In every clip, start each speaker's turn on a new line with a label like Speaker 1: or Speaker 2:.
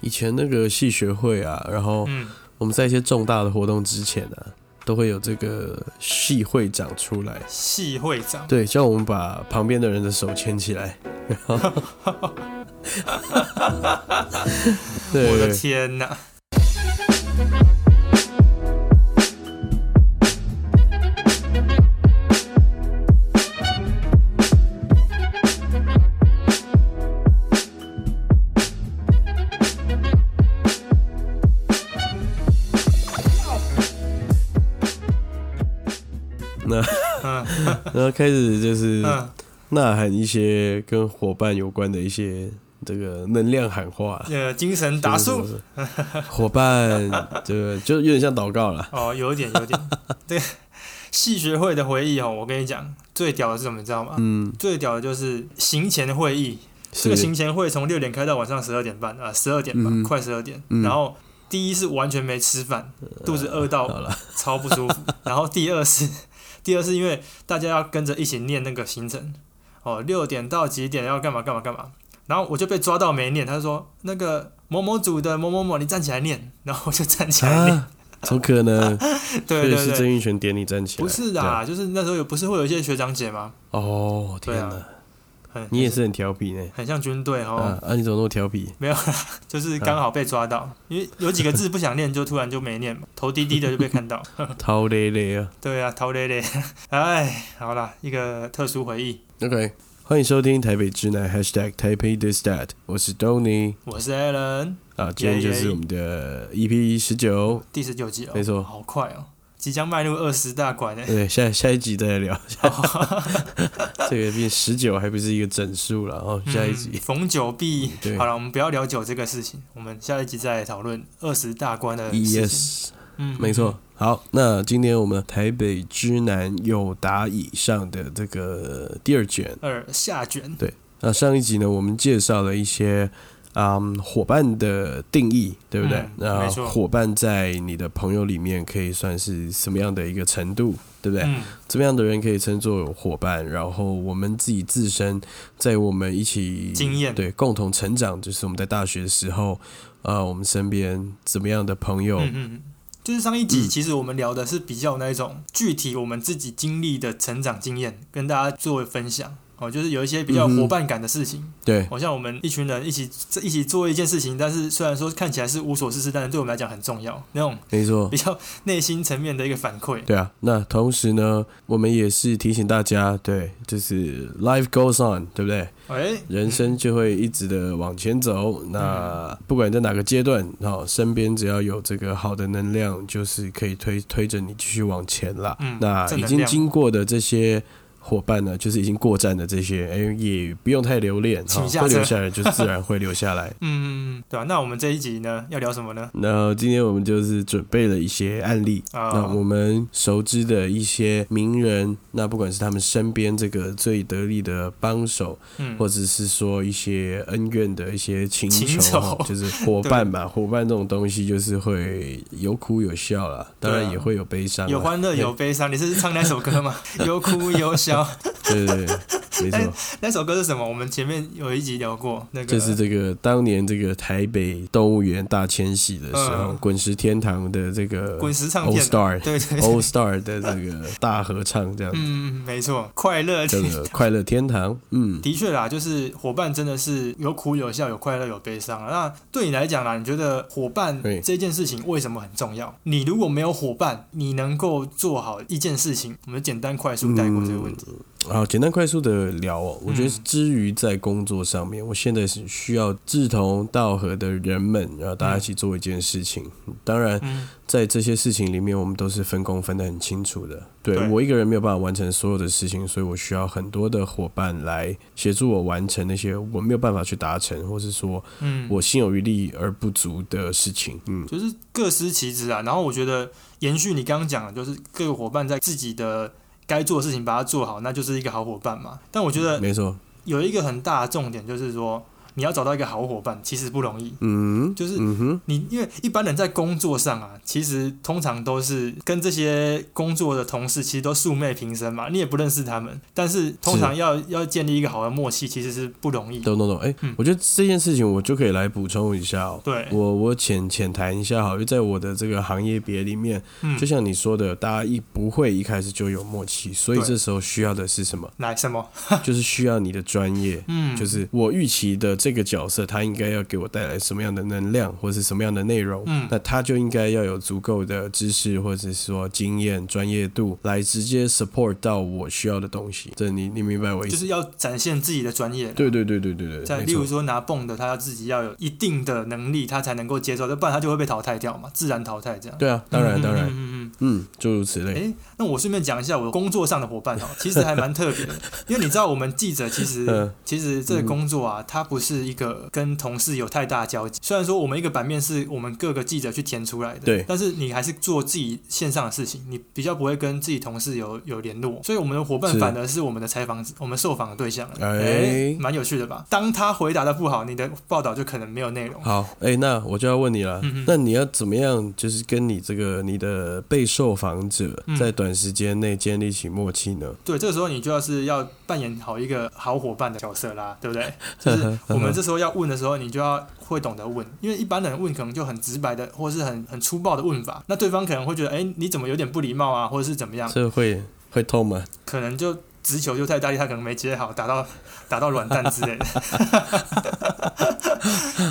Speaker 1: 以前那个系学会啊，然后
Speaker 2: 嗯，
Speaker 1: 我们在一些重大的活动之前啊，都会有这个系会长出来，
Speaker 2: 系会长，
Speaker 1: 对，叫我们把旁边的人的手牵起 来，然后，对，
Speaker 2: 我的天哪！
Speaker 1: 那
Speaker 2: 嗯
Speaker 1: 然后开始就是
Speaker 2: 嗯，
Speaker 1: 呐喊一些跟伙伴有关的一些这个能量喊话啦，
Speaker 2: 呃，精神达
Speaker 1: 就是
Speaker 2: 叔，
Speaker 1: 什么是伙伴，这个就有点像祷告啦。
Speaker 2: 哦，有点 有点，对，系学会的回忆哦，我跟你讲，最屌的是什么，你知道吗？
Speaker 1: 嗯，
Speaker 2: 最屌的就是行前会议，这
Speaker 1: 是
Speaker 2: 个行前会从六点开到晚上十二点半，呃，十二点
Speaker 1: 嗯
Speaker 2: 半，
Speaker 1: 哼
Speaker 2: 快十二点。
Speaker 1: 嗯呃
Speaker 2: 然后第一是完全没吃饭，肚子饿
Speaker 1: 好
Speaker 2: 到
Speaker 1: 了，
Speaker 2: 超不舒服。 然后第二是，第二是因为大家要跟着一起念那个行程，哦，六点到几点要干嘛干嘛干嘛。然后我就被抓到没念，他就说那个某某组的某某某，你站起来念。 然后我就站起来念，
Speaker 1: 啊，怎么可能？
Speaker 2: 对
Speaker 1: 这也
Speaker 2: 对
Speaker 1: 是
Speaker 2: 对。
Speaker 1: 曾荫权点你站起来，
Speaker 2: 不是啊啦，就是那时候有不是会有一些学长姐吗？
Speaker 1: 对哦，天
Speaker 2: 对啊
Speaker 1: 哪，
Speaker 2: 很
Speaker 1: 你也是很调皮呢。
Speaker 2: 很像军队哦，
Speaker 1: 啊啊！你怎么那么调 皮？嗯
Speaker 2: 就是刚好被抓到，因为有几个字不想念，就突然就没念 嘛，头低低的就被看到。
Speaker 1: 淘累累啊
Speaker 2: 对啊，头累累。 哎，好啦，一个特殊回忆。
Speaker 1: ！OK，欢迎收听台北直男 #hashtag 台北 this that，我是 Tony
Speaker 2: 我是 Alan，
Speaker 1: 啊，今天就是我们的 EP 十 九，
Speaker 2: 第十九集哦，
Speaker 1: 没错
Speaker 2: 好快哦，即将迈入二十大关欸诶。
Speaker 1: 对，下下一集再来聊。
Speaker 2: 哦
Speaker 1: 这个毕竟十九还不是一个整数了哦，下一
Speaker 2: 嗯
Speaker 1: 集
Speaker 2: 逢九必
Speaker 1: 对
Speaker 2: 好了，我们不要聊酒这个事情，我们下一集再来讨论二十大关的事情。
Speaker 1: ES
Speaker 2: 嗯，
Speaker 1: E 没错。好，那今天我们台北之南有答以上的这个第二卷，
Speaker 2: 二下卷，
Speaker 1: 那上一集呢，我们介绍了一些嗯伙伴的定义，对不对？
Speaker 2: 嗯
Speaker 1: 那
Speaker 2: 没错
Speaker 1: 伙伴在你的朋友里面可以算是什么样的一个程度，对不对？
Speaker 2: 嗯，
Speaker 1: 怎么样的人可以称作有伙伴？然后我们自己自身在我们一起
Speaker 2: 经验
Speaker 1: 对共同成长，就是我们在大学的时候，呃，我们身边怎么样的朋友？
Speaker 2: 嗯嗯嗯，就是上一集
Speaker 1: 哦嗯
Speaker 2: 其实我们聊的是比较那种具体我们自己经历的成长经验，跟大家作为分享。哦，就是有一些比较
Speaker 1: 嗯哼
Speaker 2: 伙伴感的事情，
Speaker 1: 对
Speaker 2: 好、像我们一群人一起一起做一件事情，但是虽然说看起来是无所事事，但是对我们来讲很重要，那种
Speaker 1: 没错
Speaker 2: 比，较内心层面的一个反馈。
Speaker 1: 对啊，那同时呢，我们也是提醒大家，对，就是 life goes on，对不对？
Speaker 2: 哎，
Speaker 1: 人生就会一直的往前走。那不管在哪个阶段，哦，身边只要有这个好的能量，就是可以推推着你继续往前啦。
Speaker 2: 嗯
Speaker 1: 那
Speaker 2: 正
Speaker 1: 已
Speaker 2: 能
Speaker 1: 经
Speaker 2: 量
Speaker 1: 经过的这些。伙伴呢，就是已经过站的这些，哎、也不用太留恋，
Speaker 2: 请
Speaker 1: 哦
Speaker 2: 下
Speaker 1: 会留
Speaker 2: 车
Speaker 1: 下来就自然会留下来。
Speaker 2: 嗯，对啊，那我们这一集呢要聊什么呢？
Speaker 1: 那今天我们就是准备了一些案例，
Speaker 2: 啊、
Speaker 1: 那我们熟知的一些名人，那不管是他们身边这个最得力的帮手，
Speaker 2: 嗯
Speaker 1: 或者是说一些恩怨的一些情
Speaker 2: 情
Speaker 1: 仇，
Speaker 2: 仇
Speaker 1: 哈就是 伙伴吧，伙伴这种东西就是会有哭有笑啦，
Speaker 2: 对
Speaker 1: 当
Speaker 2: 啊
Speaker 1: 然也会有悲伤啦，哎
Speaker 2: 有欢乐有悲伤，你是唱那首歌吗？ 有哭有笑，
Speaker 1: 对对对，没错，
Speaker 2: 那首歌是什么？我们前面有一集聊过，那个
Speaker 1: 就是这个当年这个台北动物园大迁徙的时候，
Speaker 2: 嗯
Speaker 1: 滚石天堂的这个
Speaker 2: 滚石唱
Speaker 1: All
Speaker 2: 片啊，
Speaker 1: Star
Speaker 2: 对对
Speaker 1: All
Speaker 2: 对，
Speaker 1: Star 的这个大合唱这样，
Speaker 2: 嗯，没错，快乐
Speaker 1: 这个快乐天堂，嗯。
Speaker 2: 的确啦，就是伙伴真的是有苦有笑，有快乐有悲伤啊。那对你来讲啦，你觉得伙伴
Speaker 1: 对
Speaker 2: 这件事情为什么很重要？你如果没有伙伴，你能够做好一件事情，我们简单快速带过这个问题。
Speaker 1: 好，简单快速的聊哦。我觉得
Speaker 2: 嗯
Speaker 1: 之于在工作上面，我现在是需要志同道合的人们，然后大家一起做一件事情。当然，
Speaker 2: 嗯
Speaker 1: 在这些事情里面，我们都是分工分得很清楚的。对
Speaker 2: 对
Speaker 1: 我一个人没有办法完成所有的事情，所以我需要很多的伙伴来协助我完成那些我没有办法去达成，或是说
Speaker 2: 嗯，
Speaker 1: 我心有余力而不足的事情。嗯，
Speaker 2: 就是各司其职啊。然后我觉得延续你刚刚讲的，就是各个伙伴在自己的该做的事呃情把它做好，那就是一个好伙伴嘛。但我觉得
Speaker 1: 没错，
Speaker 2: 有一个很大的重点就是说，你要找到一个好伙伴，其实不容易。
Speaker 1: 嗯，
Speaker 2: 就是
Speaker 1: 嗯哼，
Speaker 2: 你因为一般人在工作上啊，其实通常都是跟这些工作的同事其实都素昧平生嘛，你也不认识他们，但是通常要要建立一个好的默契，其实是不容易。
Speaker 1: 懂懂懂。哎、
Speaker 2: 嗯
Speaker 1: 我觉得这件事情我就可以来补充一下哦。
Speaker 2: 对，
Speaker 1: 我我浅浅谈一下好，因为在我的这个行业别里面，
Speaker 2: 嗯
Speaker 1: 就，像你说的，大家一不会一开始就有默契，所以
Speaker 2: 对
Speaker 1: 这时候需要的是什么？
Speaker 2: 来什么？
Speaker 1: 就是需要你的专业。
Speaker 2: 嗯，
Speaker 1: 就是我预期的这个角色，他应该要给我带来什么样的能量，或是什么样的内容？
Speaker 2: 嗯
Speaker 1: 那他就应该要有足够的知识，或者是说经验、专业度，来直接 support 到我需要的东西。这你你明白我意
Speaker 2: 就
Speaker 1: 思？
Speaker 2: 是要展现自己的专业。
Speaker 1: 对对对对对对，
Speaker 2: 在
Speaker 1: 没
Speaker 2: 例如
Speaker 1: 错。
Speaker 2: 说拿泵的，他要自己要有一定的能力，他才能够接受，要不然他就会被淘汰掉嘛，自然淘汰这样。
Speaker 1: 对啊，当然
Speaker 2: 嗯
Speaker 1: 当
Speaker 2: 嗯
Speaker 1: 然，
Speaker 2: 嗯嗯嗯
Speaker 1: 嗯，诸如此类。
Speaker 2: 诶，那我顺便讲一下我工作上的伙伴哦，其实还蛮特别的， 因为你知道我们记者其实
Speaker 1: 嗯
Speaker 2: 其实这个工作啊，它不是一个跟同事有太大交集。虽然说我们一个版面是我们各个记者去填出来的，
Speaker 1: 对
Speaker 2: 但是你还是做自己线上的事情，你比较不会跟自己同事有有联络，所以我们的伙伴
Speaker 1: 是
Speaker 2: 反而是我们的采访我们受访的对象。
Speaker 1: 哎
Speaker 2: 诶蛮有趣的吧？当他回答的不好，你的报道就可能没有内容。
Speaker 1: 好，哎、那我就要问你了，
Speaker 2: 嗯
Speaker 1: 那你要怎么样，就是跟你这个你的被受访者
Speaker 2: 嗯
Speaker 1: 在短时间内建立起默契呢？
Speaker 2: 对，这个时候你就要是要扮演好一个好伙伴的角色啦，对不对？就是我们这时候要问的时候，你就要会懂得问，因为一般人问可能就很直白的，或是很很粗暴的问法，那对方可能会觉得，哎，你怎么有点不礼貌啊，或者是怎么样，
Speaker 1: 这会会痛吗？
Speaker 2: 可能就直球就太大力，他可能没接好，打到打到软蛋之类的。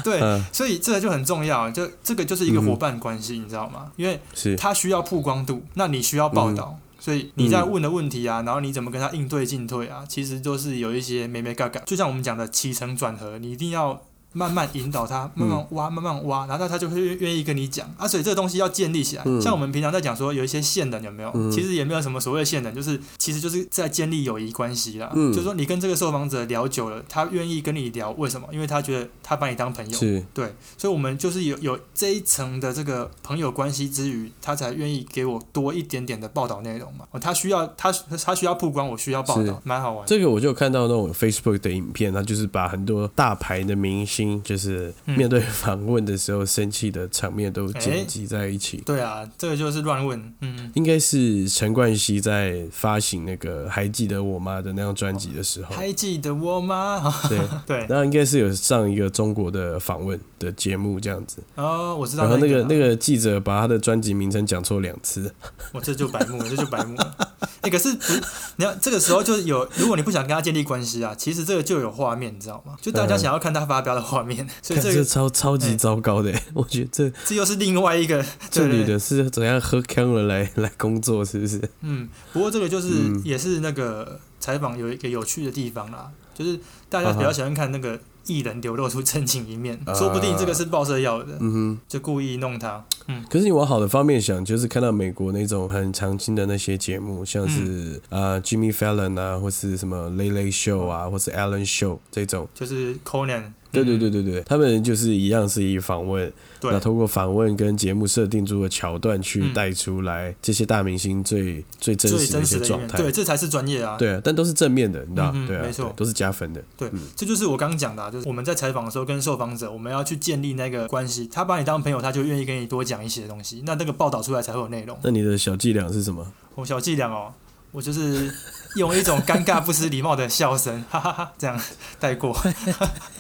Speaker 2: 对，所以这个就很重要，就这个就是一个伙伴关系，你知道吗？因为
Speaker 1: 是，嗯
Speaker 2: 他需要曝光度，那你需要报道，所以你在问的问题啊，然后你怎么跟他应对进退啊，其实都是有一些没没嘎嘎。就像我们讲的起承转合，你一定要慢慢引导他，
Speaker 1: 嗯
Speaker 2: 慢慢挖，慢慢挖，然后他就会愿意跟你讲啊。所以这个东西要建立起来。
Speaker 1: 嗯
Speaker 2: 像我们平常在讲说有一些线人有没有，
Speaker 1: 嗯
Speaker 2: 其实也没有什么所谓的线人，就是其实就是在建立友谊关系啦。
Speaker 1: 嗯
Speaker 2: 就是说你跟这个受访者聊久了，他愿意跟你聊，为什么？因为他觉得他把你当朋友。
Speaker 1: 是，
Speaker 2: 对，所以我们就是有有这一层的这个朋友关系之余，他才愿意给我多一点点的报道内容嘛。哦，他需要他他需要曝光，我需要报
Speaker 1: 是
Speaker 2: 道，蛮好玩的。
Speaker 1: 这个我就有看到那种 Facebook 的影片，他就是把很多大牌的明星，就是
Speaker 2: 嗯
Speaker 1: 面对访问的时候生气的场面都剪辑在一起。
Speaker 2: 对啊，这个就是乱问，嗯，
Speaker 1: 应该是陈冠希在发行那个《还记得我妈》的那张专辑的时候，
Speaker 2: 还记得我吗？
Speaker 1: 对，
Speaker 2: 对，
Speaker 1: 然后应该是有上一个中国的访问的节目这样子，
Speaker 2: 哦，我知道
Speaker 1: 然后那个
Speaker 2: 个
Speaker 1: 那个记者把他的专辑名称讲错两次，
Speaker 2: 我这就白目，这就白目 了。哎、可是不是你要这个时候就是有，如果你不想跟他建立关系啊，其实这个就有画面，你知道吗？就大家
Speaker 1: 嗯
Speaker 2: 想要看他发飙的画面，所以
Speaker 1: 看
Speaker 2: 这
Speaker 1: 这
Speaker 2: 个
Speaker 1: 超超级
Speaker 2: 哎
Speaker 1: 糟糕的， 我觉得这
Speaker 2: 这又是另外一个
Speaker 1: 这
Speaker 2: 对对
Speaker 1: 女
Speaker 2: 对
Speaker 1: 的是怎样喝康了来来工作是不是？
Speaker 2: 嗯，不过这个就是、
Speaker 1: 嗯
Speaker 2: 也是那个采访有一个有趣的地方啦，就是大家
Speaker 1: 啊哈
Speaker 2: 比较喜欢看那个艺人流露出真情一面，
Speaker 1: 啊
Speaker 2: 说不定这个是报社要的，
Speaker 1: 嗯哼。
Speaker 2: 就故意弄他。嗯
Speaker 1: 可是你往好的方面想，就是看到美国那种很常青的那些节目，像
Speaker 2: 嗯
Speaker 1: 是啊、呃 Jimmy Fallon 啊，或是什么 Late Late Show 啊，或是 Ellen Show 这种。
Speaker 2: 就是 Conan，嗯
Speaker 1: 对对对对对，他们就是一样是以访问，那
Speaker 2: 对
Speaker 1: 通过访问跟节目设定出的桥段去
Speaker 2: 嗯
Speaker 1: 带出来这些大明星最最真
Speaker 2: 最
Speaker 1: 实的
Speaker 2: 真
Speaker 1: 一
Speaker 2: 实
Speaker 1: 些
Speaker 2: 的一面，
Speaker 1: 状态。
Speaker 2: 对，这才是专业啊。
Speaker 1: 对啊，但都是正面的，你知道？
Speaker 2: 嗯嗯
Speaker 1: 对啊，
Speaker 2: 没错
Speaker 1: 对都是加分的。
Speaker 2: 对
Speaker 1: 嗯
Speaker 2: 这就是我刚刚讲的、啊，就是我们在采访的时候跟受访者，我们要去建立那个关系，他把你当朋友，他就愿意跟你多讲一些东西，那那个报道出来才会有内容。
Speaker 1: 那你的小伎俩是什么？
Speaker 2: 我小伎俩哦，我就是用一种尴尬不失礼貌的笑声，哈哈哈，这样带过。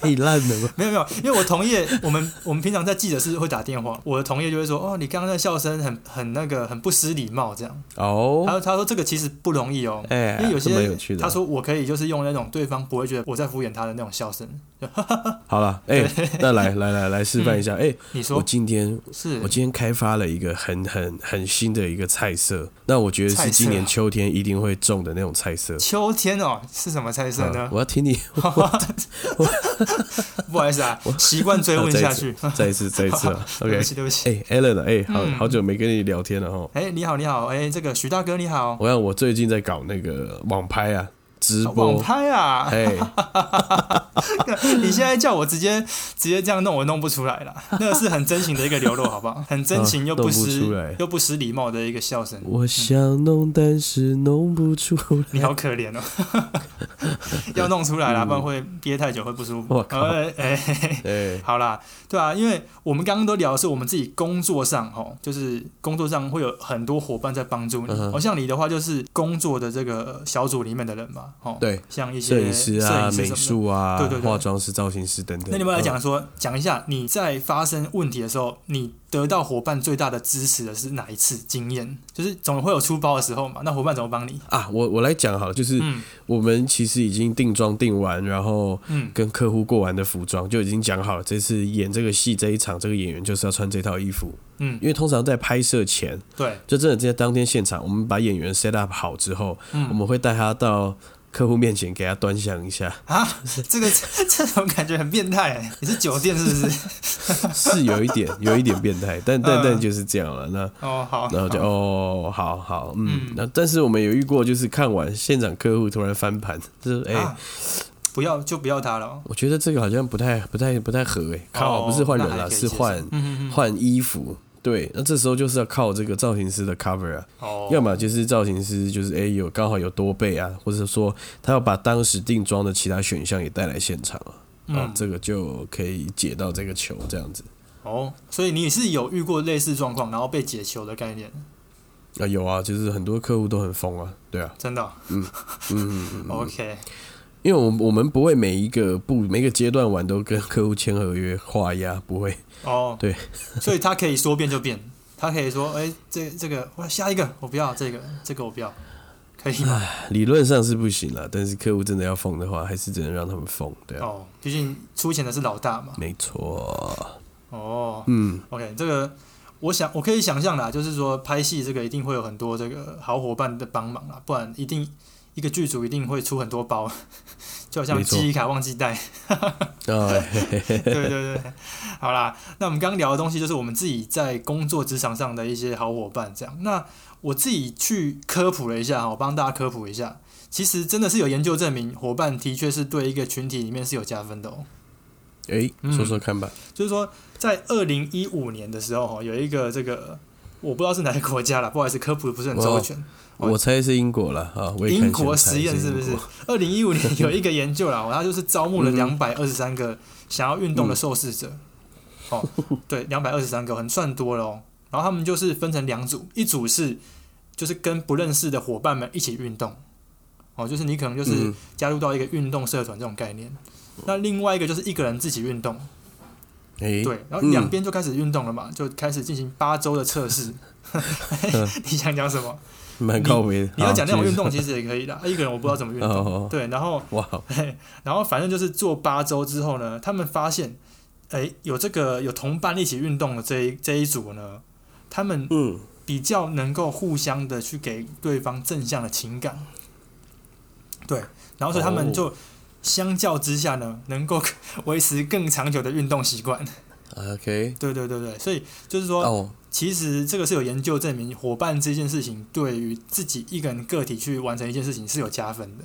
Speaker 1: 太烂了 吧！
Speaker 2: 没有没有，因为我同业，我们我们平常在记者室会打电话，我的同业就会说，哦，你刚刚那笑声很很那个，很不失礼貌这样。
Speaker 1: 哦，
Speaker 2: 他他说这个其实不容易哦，
Speaker 1: 哎，
Speaker 2: 因为有
Speaker 1: 这蛮
Speaker 2: 些
Speaker 1: 有趣的。
Speaker 2: 他说我可以就是用那种对方不会觉得我在敷衍他的那种笑声。
Speaker 1: 好了，哎， 那来来来来示范一下。哎，
Speaker 2: 你
Speaker 1: 我
Speaker 2: 嗯说
Speaker 1: 今天
Speaker 2: 是
Speaker 1: 我？今天开发了一个很很很新的一个菜色，那我觉得是今年
Speaker 2: 菜色
Speaker 1: 秋天一定会种的那种菜色。
Speaker 2: 秋天哦，是什么菜色
Speaker 1: 嗯
Speaker 2: 呢？
Speaker 1: 我要听你
Speaker 2: 不好意思啊，习惯追问下去。
Speaker 1: 再一次再一次 啊
Speaker 2: 对
Speaker 1: ，OK
Speaker 2: 不。起，对不起。
Speaker 1: 哎，Allen，哎，好
Speaker 2: 嗯
Speaker 1: 好久没跟你聊天了哈。
Speaker 2: 哎，你好，你好，哎，这个徐大哥你好。
Speaker 1: 我看我最近在搞那个网拍啊，直
Speaker 2: 网
Speaker 1: 播，
Speaker 2: 拍啊！
Speaker 1: 哎，
Speaker 2: 你现在叫我直接直接这样弄，我弄不出来啦。那个是很真情的一个流露，好 不好？很真情又
Speaker 1: 哦弄不
Speaker 2: 失、
Speaker 1: 出来
Speaker 2: 又不失礼貌的一个笑声。
Speaker 1: 我想弄，但是弄不出来。
Speaker 2: 你好可 怜哦，要弄出来啦，不然会憋太久会不舒服。
Speaker 1: 嗯我靠
Speaker 2: 呃哎、嘿嘿
Speaker 1: 哎，
Speaker 2: 好啦，对啊，因为我们刚刚都聊的是我们自己工作上哦，就是工作上会有很多伙伴在帮助你。
Speaker 1: 嗯
Speaker 2: 好、
Speaker 1: 哼
Speaker 2: 像你的话就是工作的这个小组里面的人嘛，哦，，
Speaker 1: 对，
Speaker 2: 像一些
Speaker 1: 摄影师啊、
Speaker 2: 摄影
Speaker 1: 美
Speaker 2: 什么的
Speaker 1: 术啊、
Speaker 2: 对对对
Speaker 1: 化妆师、造型师等等。
Speaker 2: 那你们来讲说，讲一下你在发生问题的时候，你得到伙伴最大的支持的是哪一次经验？就是总会有出包的时候嘛，那伙伴怎么帮你？
Speaker 1: 嗯啊，我我来讲好了，就是
Speaker 2: 嗯
Speaker 1: 我们其实已经定妆定完，然后
Speaker 2: 嗯
Speaker 1: 跟客户过完的服装就已经讲好了，这次演这个戏这一场，这个演员就是要穿这套衣服，
Speaker 2: 嗯，
Speaker 1: 因为通常在拍摄前，
Speaker 2: 对，
Speaker 1: 就真的在当天现场，我们把演员 set up 好之后，我
Speaker 2: 嗯，
Speaker 1: 们会带他到客户面前给他端详一下，
Speaker 2: 啊这个 这种感觉很变态欸，你是酒店是不是？
Speaker 1: 是有一 点有一点变态，但但
Speaker 2: 嗯
Speaker 1: 但就是这样了。那
Speaker 2: 哦，好，
Speaker 1: 然后就
Speaker 2: 好
Speaker 1: 哦，好好，嗯
Speaker 2: 嗯，
Speaker 1: 那但是我们有遇过，就是看完现场客户突然翻盘，就是哎、
Speaker 2: 啊不要就不要他了哦，
Speaker 1: 我觉得这个好像不太不太不太合哎、靠，
Speaker 2: 哦
Speaker 1: 不是换人
Speaker 2: 那还
Speaker 1: 啦，
Speaker 2: 可以
Speaker 1: 是
Speaker 2: 接受
Speaker 1: 换
Speaker 2: 嗯嗯嗯，
Speaker 1: 换衣服。对，那这时候就是要靠这个造型师的 cover 啊，
Speaker 2: 哦，
Speaker 1: 要么就是造型师就是哎、有刚好有多备啊，或者说他要把当时定妆的其他选项也带来现场啊，啊
Speaker 2: 嗯，
Speaker 1: 这个就可以解到这个球这样子
Speaker 2: 哦，所以你是有遇过类似状况，然后被解球的概念，
Speaker 1: 啊，有啊，就是很多客户都很疯啊，对啊，
Speaker 2: 真的哦
Speaker 1: 嗯嗯嗯。
Speaker 2: ，OK，
Speaker 1: 因为我们我们不会每一个步每一个阶段玩都跟客户签合约画押，不会。
Speaker 2: 哦，
Speaker 1: 对，
Speaker 2: 所以他可以说变就变，他可以说，哎、这这个我下一个我不要，这个这个我不要，可以吗？
Speaker 1: 理论上是不行了，但是客户真的要疯的话，还是只能让他们疯，对啊，
Speaker 2: 哦，毕竟出钱的是老大嘛。
Speaker 1: 没错，
Speaker 2: 哦
Speaker 1: 嗯，
Speaker 2: ，OK，这个我想我可以想象啦，就是说拍戏这个一定会有很多这个好伙伴的帮忙啦，不然一定一个剧组一定会出很多包， 就好像
Speaker 1: 没错
Speaker 2: 记忆卡忘记带。
Speaker 1: 啊，
Speaker 2: 对对对，对好啦，那我们刚刚聊的东西就是我们自己在工作职场上的一些好伙伴，这样。那我自己去科普了一下，我帮大家科普一下，其实真的是有研究证明，伙伴的确是对一个群体里面是有加分的哦。
Speaker 1: 哎、
Speaker 2: 嗯
Speaker 1: 说说看吧，
Speaker 2: 就是说，在二零一五年的时候，哦，有一个这个我不知道是哪个国家了，不好意思，科普的不是很周全。哦
Speaker 1: 我猜是英国了啊，我也看
Speaker 2: 英国
Speaker 1: 现在
Speaker 2: 实验是不
Speaker 1: 英
Speaker 2: 是
Speaker 1: 国？
Speaker 2: 二零一五 年有一个研究啦，哦他就是招募了两百二十三
Speaker 1: 嗯
Speaker 2: 个想要运动的受试者。 哦，对，两百二十三个，很算多了哦。然后他们就是分成两组，一组是就是跟不认识的伙伴们一起运动，哦，就是你可能就是
Speaker 1: 嗯
Speaker 2: 加入到一个运动社团这种概念。那另外一个就是一个人自己运动，
Speaker 1: 哎、
Speaker 2: 对，然后两边就开始运动了嘛，就开始进行八周的 测试。 你想讲什么？
Speaker 1: 蛮高维的。
Speaker 2: 你要讲那种
Speaker 1: 好
Speaker 2: 运，动其实也可以的，一个人我不知道怎么运
Speaker 1: 继续
Speaker 2: 动。
Speaker 1: 哦，
Speaker 2: 对，然后
Speaker 1: 哇，
Speaker 2: 然后反正就是做八周之后呢，他们发现，哎，有这个有同伴一起运动的这一这一组呢，他们
Speaker 1: 嗯，
Speaker 2: 比较能够互相的去给对方正向的情感。对，然后所以他们
Speaker 1: 哦
Speaker 2: 就相较之下呢，能够 维持更长久的运动习惯。
Speaker 1: 啊，OK，
Speaker 2: 对对对对，所以就是说，
Speaker 1: 哦，
Speaker 2: 其实这个是有研究证明，伙伴这件事情对于自己一个人个体去完成一件事情是有加分的。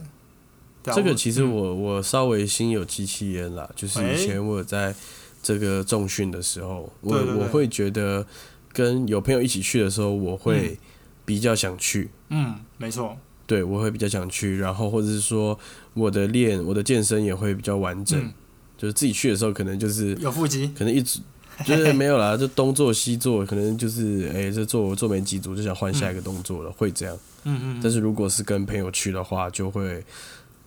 Speaker 2: 对啊
Speaker 1: 这
Speaker 2: 我
Speaker 1: 个其实我我稍微心有戚戚焉啦，就是
Speaker 2: 哎
Speaker 1: 以前我有在这个重训的时候，我
Speaker 2: 对对对
Speaker 1: 我会觉得跟有朋友一起去的时候，我会比较想去，
Speaker 2: 嗯，没错，
Speaker 1: 对我会比较想去，然后或者是说我的练我的健身也会比较完整，
Speaker 2: 嗯，
Speaker 1: 就是自己去的时候可能就是
Speaker 2: 有腹肌，
Speaker 1: 可能一直。就是没有啦，就东做西做，可能就是哎、这做做没几组就想换下一个动作了，会这样。
Speaker 2: 嗯嗯
Speaker 1: 但
Speaker 2: 嗯，
Speaker 1: 是如果是跟朋友去的话，就会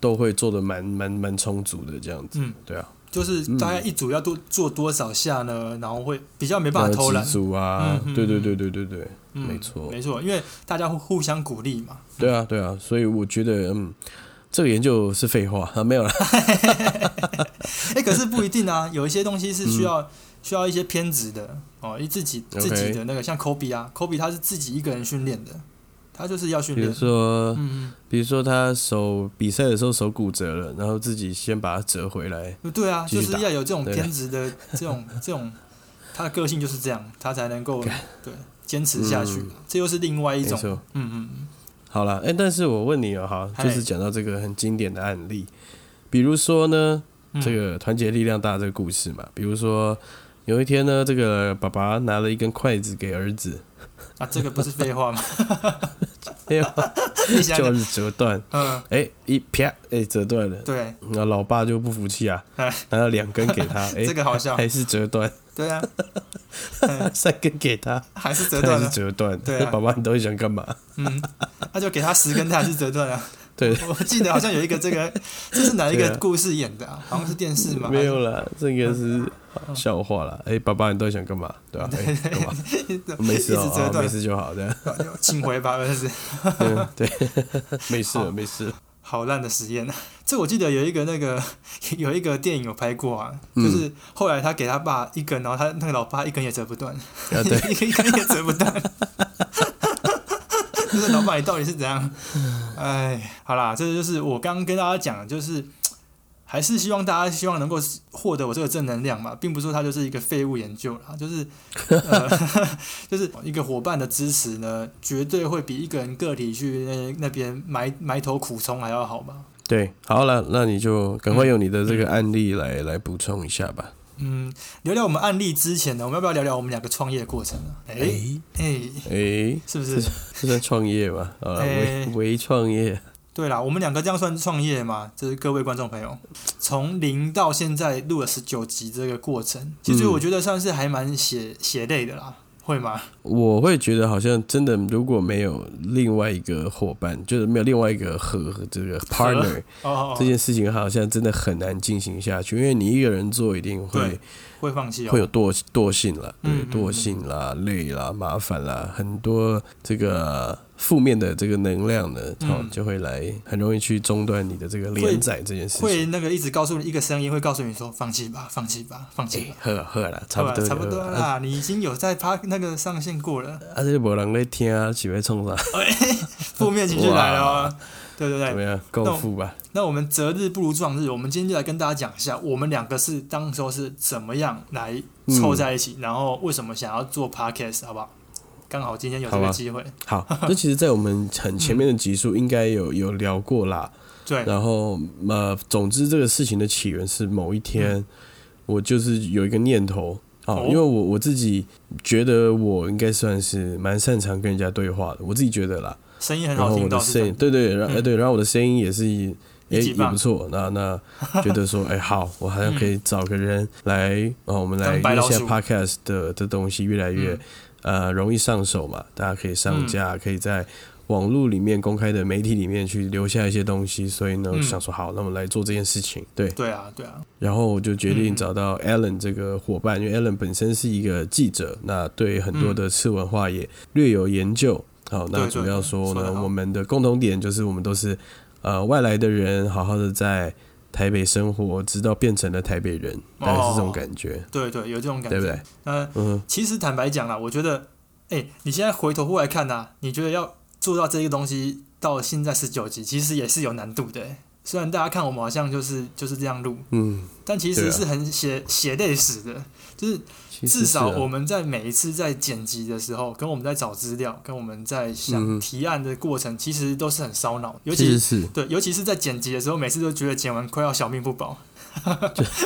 Speaker 1: 都会做的蛮蛮蛮充足的这样子。
Speaker 2: 嗯
Speaker 1: 对啊，
Speaker 2: 就是大概一组要多做多少下呢？然后会比较没
Speaker 1: 没
Speaker 2: 办法偷懒，
Speaker 1: 足啊，
Speaker 2: 嗯
Speaker 1: 对对
Speaker 2: 嗯
Speaker 1: 对对对对，
Speaker 2: 嗯，
Speaker 1: 没错
Speaker 2: 没错，因为大家互互相鼓励 嘛。
Speaker 1: 对啊对啊，所以我觉得嗯，这个研究是废话啊，没有啦，
Speaker 2: 哎，可是不一定啊，有一些东西是需要需要一些偏执的哦，一自己
Speaker 1: 嗯 OK
Speaker 2: 自己的那个，像 Kobe 啊，Kobe 他是自己一个人训练的，他就是要训
Speaker 1: 比 如
Speaker 2: 练，
Speaker 1: 说
Speaker 2: 嗯
Speaker 1: 比如说他手比赛的时候手骨折了，然后自己先把它折回来，
Speaker 2: 嗯，对啊，
Speaker 1: 继
Speaker 2: 就
Speaker 1: 续
Speaker 2: 是
Speaker 1: 打
Speaker 2: 要有这种
Speaker 1: 对
Speaker 2: 偏执的这种 这种，他的个性就是这样，他才能够对坚持下去
Speaker 1: 嗯，
Speaker 2: 这又是另外一
Speaker 1: 没
Speaker 2: 种，
Speaker 1: 错。
Speaker 2: 嗯嗯嗯，
Speaker 1: 好了，哎、但是我问你哦、好，
Speaker 2: 嗨
Speaker 1: 就是讲到这个很经典的案例，比如说呢，
Speaker 2: 嗯
Speaker 1: 这个团结力量大这个故事嘛，比如说有一天呢，这个爸爸拿了一根筷子给儿子，
Speaker 2: 啊，这个不是废话吗？
Speaker 1: 哎 呦，
Speaker 2: 你想想，
Speaker 1: 就是折断，
Speaker 2: 嗯，
Speaker 1: 哎、一啪，哎、折断了，
Speaker 2: 对，
Speaker 1: 那老爸就不服气啊
Speaker 2: 哎，
Speaker 1: 拿了两根给 他，哎、
Speaker 2: 这个好笑，
Speaker 1: 还是折 断，
Speaker 2: 对啊，
Speaker 1: 三根给他，
Speaker 2: 还是折
Speaker 1: 还
Speaker 2: 断
Speaker 1: 是
Speaker 2: 了，
Speaker 1: 折断，哎
Speaker 2: 对啊
Speaker 1: 爸爸你到底想干嘛？
Speaker 2: 嗯，那就给他十根，他还是折断了。
Speaker 1: 对，
Speaker 2: 我记得好像有一个这个，这是哪一个
Speaker 1: 对啊
Speaker 2: 故事演的啊？好像是电视吗？
Speaker 1: 没有啦，这 个是笑话啦。哎、爸爸，你到底想干嘛？对吧、哎 干、嘛？没事
Speaker 2: 一
Speaker 1: 哦
Speaker 2: 直，折
Speaker 1: 啊
Speaker 2: 断
Speaker 1: 没事就好，这样。
Speaker 2: 还是，请回吧，儿子。
Speaker 1: 嗯，对，没事了，没事了。
Speaker 2: 好烂的实验 啊！这我记得有一个那个 有一个电影有拍过啊，
Speaker 1: 嗯
Speaker 2: 就是后来他给他爸一根，然后他那个老爸一根也折不断，
Speaker 1: 啊，对，
Speaker 2: 一根一根也折不断。 就是老爸，你到底是怎样？哎，好啦，这就是我刚刚跟大家讲的，就是还是希望大家希望能够获得我这个正能量嘛，并不是说它就是一个废物研究啦，就是呃，就是一个伙伴的支持呢，绝对会比一个人个体去那那边埋埋头苦冲还要好吧。
Speaker 1: 对，好了，那你就赶快用你的这个案例来来补充一下吧。
Speaker 2: 嗯，聊聊我们案例之前呢，我们要不要聊聊我们两个创业的过程呢？哎、
Speaker 1: 哎
Speaker 2: 哎、
Speaker 1: 哎，
Speaker 2: 是 不是？
Speaker 1: 这算创业吗？啊，微
Speaker 2: 哎
Speaker 1: 微创业，
Speaker 2: 对啦，我们两个这样算创业嘛？这是各位观众朋友，从零到现在录了十九集这个过程，其实
Speaker 1: 嗯
Speaker 2: 我觉得算是还蛮血血泪的啦，会吗？
Speaker 1: 我会觉得好像真的，如果没有另外一个伙伴，就是没有另外一个合这个 partner，
Speaker 2: 哦哦，
Speaker 1: 这
Speaker 2: 哦
Speaker 1: 件事情好像真的很难进行下去，因为你一个人做一定会
Speaker 2: 对会放弃哦，
Speaker 1: 会有惰惰性啦，对
Speaker 2: 嗯嗯，嗯
Speaker 1: 惰性啦、累啦、麻烦啦，很多这个负面的这个能量呢，
Speaker 2: 嗯
Speaker 1: 哦，就会来很容易去中断你的这个连载这件事情。
Speaker 2: 会那个一直告诉你一个声音，会告诉你说放弃吧，放弃吧，放弃
Speaker 1: 哎
Speaker 2: 吧，，
Speaker 1: 喝了喝了，差不
Speaker 2: 好吧
Speaker 1: 多
Speaker 2: 差不多
Speaker 1: 了。啊，
Speaker 2: 啦，你已经有在趴那个上线过了，
Speaker 1: 啊这无人在听啊，是要冲啥？
Speaker 2: 负面情绪来了哦，对对对
Speaker 1: 怎么，样？够付 吧？
Speaker 2: 那我们择日不如撞日，我们今天就来跟大家讲一下，我们两个是当时候是怎么样来
Speaker 1: 嗯
Speaker 2: 凑在一起，然后为什么想要做 podcast，好不好？刚好今天有这
Speaker 1: 好
Speaker 2: 个
Speaker 1: 啊
Speaker 2: 机会，
Speaker 1: 好，这其实，在我们很前面的集数应该有有聊过啦。
Speaker 2: 对，
Speaker 1: 然后呃，总之这个事情的起源是某一天，我就是有一个念头啊，
Speaker 2: 嗯哦
Speaker 1: 因为我我自己觉得我应该算是蛮擅长跟人家对话的，我自己觉得啦。
Speaker 2: 声音很
Speaker 1: 然
Speaker 2: 好
Speaker 1: 后
Speaker 2: 听
Speaker 1: 我
Speaker 2: 到
Speaker 1: 的
Speaker 2: 是
Speaker 1: 声音，对
Speaker 2: 真的，
Speaker 1: 对，然后
Speaker 2: 嗯
Speaker 1: 哎对，然后我的声音也是也
Speaker 2: 一级
Speaker 1: 也
Speaker 2: 棒
Speaker 1: 不错。那那觉得说哎好，我好像可以找个人来啊，我们来
Speaker 2: 嗯当白
Speaker 1: 因为
Speaker 2: 老
Speaker 1: 现
Speaker 2: 鼠嗯
Speaker 1: 在 podcast 的的东西越来越呃容易上手嘛，大家可以上架，可以在网络里面公开的媒体里面去留下一些东西，所以呢，
Speaker 2: 嗯
Speaker 1: 我想说好，那我们来做这件事情。对，
Speaker 2: 对啊，对啊，
Speaker 1: 然后我就决
Speaker 2: 嗯
Speaker 1: 定找到 Alan 这个伙伴，因为 Alan 本身是一个记者，那对很多的次文化也略有研究。好，那
Speaker 2: 嗯对对
Speaker 1: 主要说
Speaker 2: 对说得
Speaker 1: 呢，
Speaker 2: 好
Speaker 1: 我们的共同点就是我们都是呃外来的人，好好的在台北生活，直到变成了台北人，
Speaker 2: 哦
Speaker 1: 大概是这种感觉，
Speaker 2: 对对，有这种感觉。
Speaker 1: 对不对？
Speaker 2: 那
Speaker 1: 嗯，
Speaker 2: 其实坦白讲啦，我觉得，哎、你现在回头过来看呐、你觉得要做到这个东西到现在十九集，其实也是有难度的、哎虽然大家看我们好像就是就是这样录，
Speaker 1: 嗯，
Speaker 2: 但其
Speaker 1: 对
Speaker 2: 实
Speaker 1: 啊
Speaker 2: 是很血血泪史的，就是
Speaker 1: 其实
Speaker 2: 至少
Speaker 1: 是啊
Speaker 2: 我们在每一次在剪辑的时候，跟我们在找资料，跟我们在想
Speaker 1: 嗯
Speaker 2: 提案的过程，其实都是很烧脑，尤
Speaker 1: 其实
Speaker 2: 其
Speaker 1: 是
Speaker 2: 对，尤其是在剪辑的时候，每次都觉得剪完快要小命不保。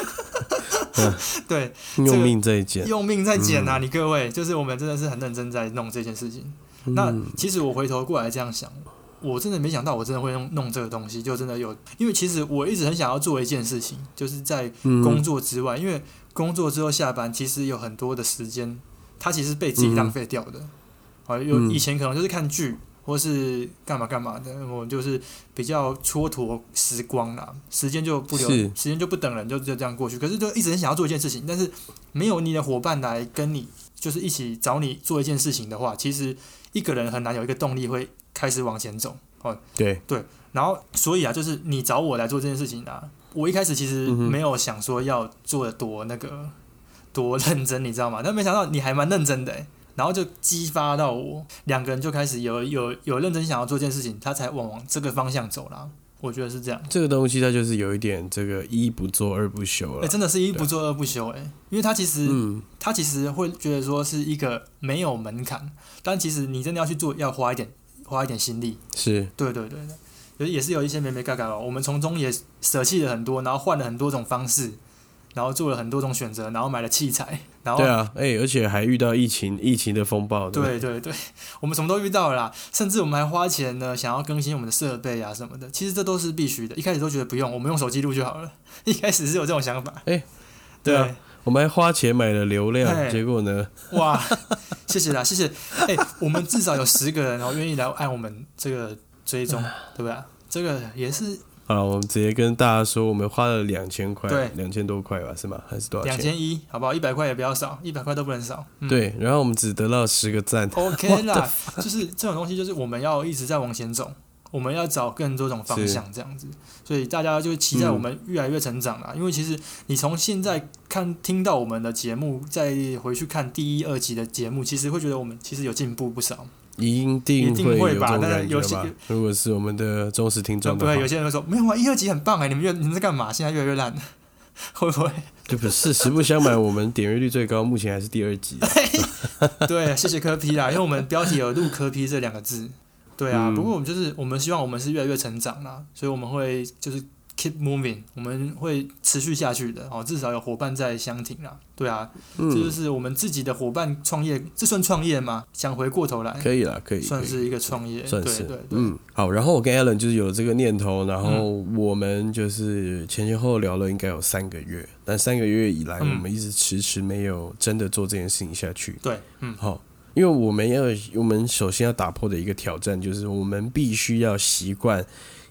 Speaker 2: 对，
Speaker 1: 用命在减，
Speaker 2: 用命在剪啊！你各位，就是我们真的是很认真在弄这件事情。
Speaker 1: 嗯
Speaker 2: 那其实我回头过来这样想，我真的没想到我真的会弄弄这个东西，就真的有，因为其实我一直很想要做一件事情，就是在工
Speaker 1: 嗯，
Speaker 2: 作之外，因为工作之后下班，其实有很多的时间，它其实被自己浪费掉的。啊、有
Speaker 1: 嗯
Speaker 2: 以前可能就是看剧或是干嘛干嘛的，我就是比较蹉跎时光啦，时间就不留，
Speaker 1: 是
Speaker 2: 时间就不等人，就就这样过去。可是就一直很想要做一件事情，但是没有你的伙伴来跟你，就是一起找你做一件事情的话，其实一个人很难有一个动力会开始往前走。
Speaker 1: 对，
Speaker 2: 然后所以啊，就是你找我来做这件事情啊，我一开始其实
Speaker 1: 嗯哼
Speaker 2: 没有想说要做的多那个多认真，你知道吗？但没想到你还蛮认真的、欸，然后就激发到我，两个人就开始有有有认真想要做这件事情，他才往往这个方向走啦。我觉得是这样，
Speaker 1: 这个东西它就是有一点这个一不做二不休
Speaker 2: 哎、
Speaker 1: 了，
Speaker 2: 真的是一不做二不休、欸，哎，因为他其实、
Speaker 1: 啊嗯，
Speaker 2: 他其实会觉得说是一个没有门槛，但其实你真的要去做，要花一点花一点心力。
Speaker 1: 是
Speaker 2: 对对对对，有也是有一些没没嘎嘎哦，我们从中也舍弃了很多，然后换了很多种方式，然后做了很多种选择，然后买了器材， 然后
Speaker 1: 对啊，哎、而且还遇到疫情，疫情的风暴，不
Speaker 2: 对对 对，我们什么都遇到了啦，甚至我们还花钱呢，想要更新我们的设备啊什么的。其实这都是必须的，一开始都觉得不用，我们用手机录就好了。 一开始是有这种想法。
Speaker 1: 哎 对啊，我们还花钱买了流量，
Speaker 2: 嘿
Speaker 1: 结果呢，
Speaker 2: 对哇， 谢谢啦，谢谢。哎、我们至少有十个人，然后哦愿意来按我们这个追踪，对不对？这个也是
Speaker 1: 好了，我们直接跟大家说，我们花了两千块
Speaker 2: 对，
Speaker 1: 两千多块吧，是吗？还是多少
Speaker 2: 两
Speaker 1: 钱？
Speaker 2: 千一，好不好？一百块也不要少，一百块都不能少。嗯、
Speaker 1: 对，然后我们只得到十个赞，
Speaker 2: OK 啦，就是这种东西，就是我们要一直在往前走，我们要找更多种方向，这样子。所以大家就期待我们越来越成长啦。因为其实你从现在看听到我们的节目，再回去看第一、二集的节目，其实会觉得我们其实有进步不少。
Speaker 1: 一定会有这种感
Speaker 2: 一定
Speaker 1: 觉
Speaker 2: 会吧
Speaker 1: 吧？如果是我们的忠实听众
Speaker 2: 不
Speaker 1: 的话
Speaker 2: 会，有些人会说没有啊，一、二集很棒哎、你们越你们在干嘛？现在越来越烂， 会不会？
Speaker 1: 对不是？实不相瞒，我们点阅率最高，目前还是第二 集。
Speaker 2: 对，谢谢科批啦，因为我们标题有“录科批”这两个字。对啊，
Speaker 1: 嗯
Speaker 2: 不过我们就是我们希望我们是越来越成长啦，所以我们会就是 keep moving，我们会持续下去的哦，至少有伙伴在相挺啦。对啊，这就
Speaker 1: 嗯，
Speaker 2: 是我们自己的伙伴创业，这算创业吗？想回过头来，
Speaker 1: 可以啦，可以，
Speaker 2: 算
Speaker 1: 可以
Speaker 2: 是一个创业，对
Speaker 1: 算是
Speaker 2: 对对，嗯
Speaker 1: 嗯，好。然后我跟 Alan 就是有这个念头，然后我们就是前前后后聊了应该有三个月，但三个月以来，我
Speaker 2: 嗯
Speaker 1: 们一直迟迟没有真的做这件事情下去。
Speaker 2: 对，嗯，
Speaker 1: 好，因为我们要我们首先要打破的一个挑战就是，我们必须要习惯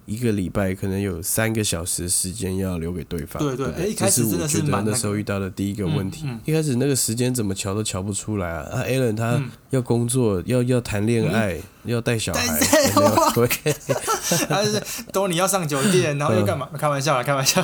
Speaker 1: 一个礼拜可能有三个小时的时间要留给对方。
Speaker 2: 对对
Speaker 1: 对不
Speaker 2: 哎一开始
Speaker 1: 这是
Speaker 2: 真
Speaker 1: 我
Speaker 2: 的
Speaker 1: 觉
Speaker 2: 是
Speaker 1: 得
Speaker 2: 蛮那
Speaker 1: 那
Speaker 2: 个
Speaker 1: 时候遇到的第一个问题。
Speaker 2: 嗯嗯
Speaker 1: 一开始那个时间怎么瞧都瞧不出来啊！啊，Alan 他
Speaker 2: 嗯
Speaker 1: 要工作，要要谈恋爱，要带小孩，
Speaker 2: 带
Speaker 1: 有没有？对，
Speaker 2: 还啊是都你要上酒店，然后又干嘛？开玩笑啦，开 玩笑，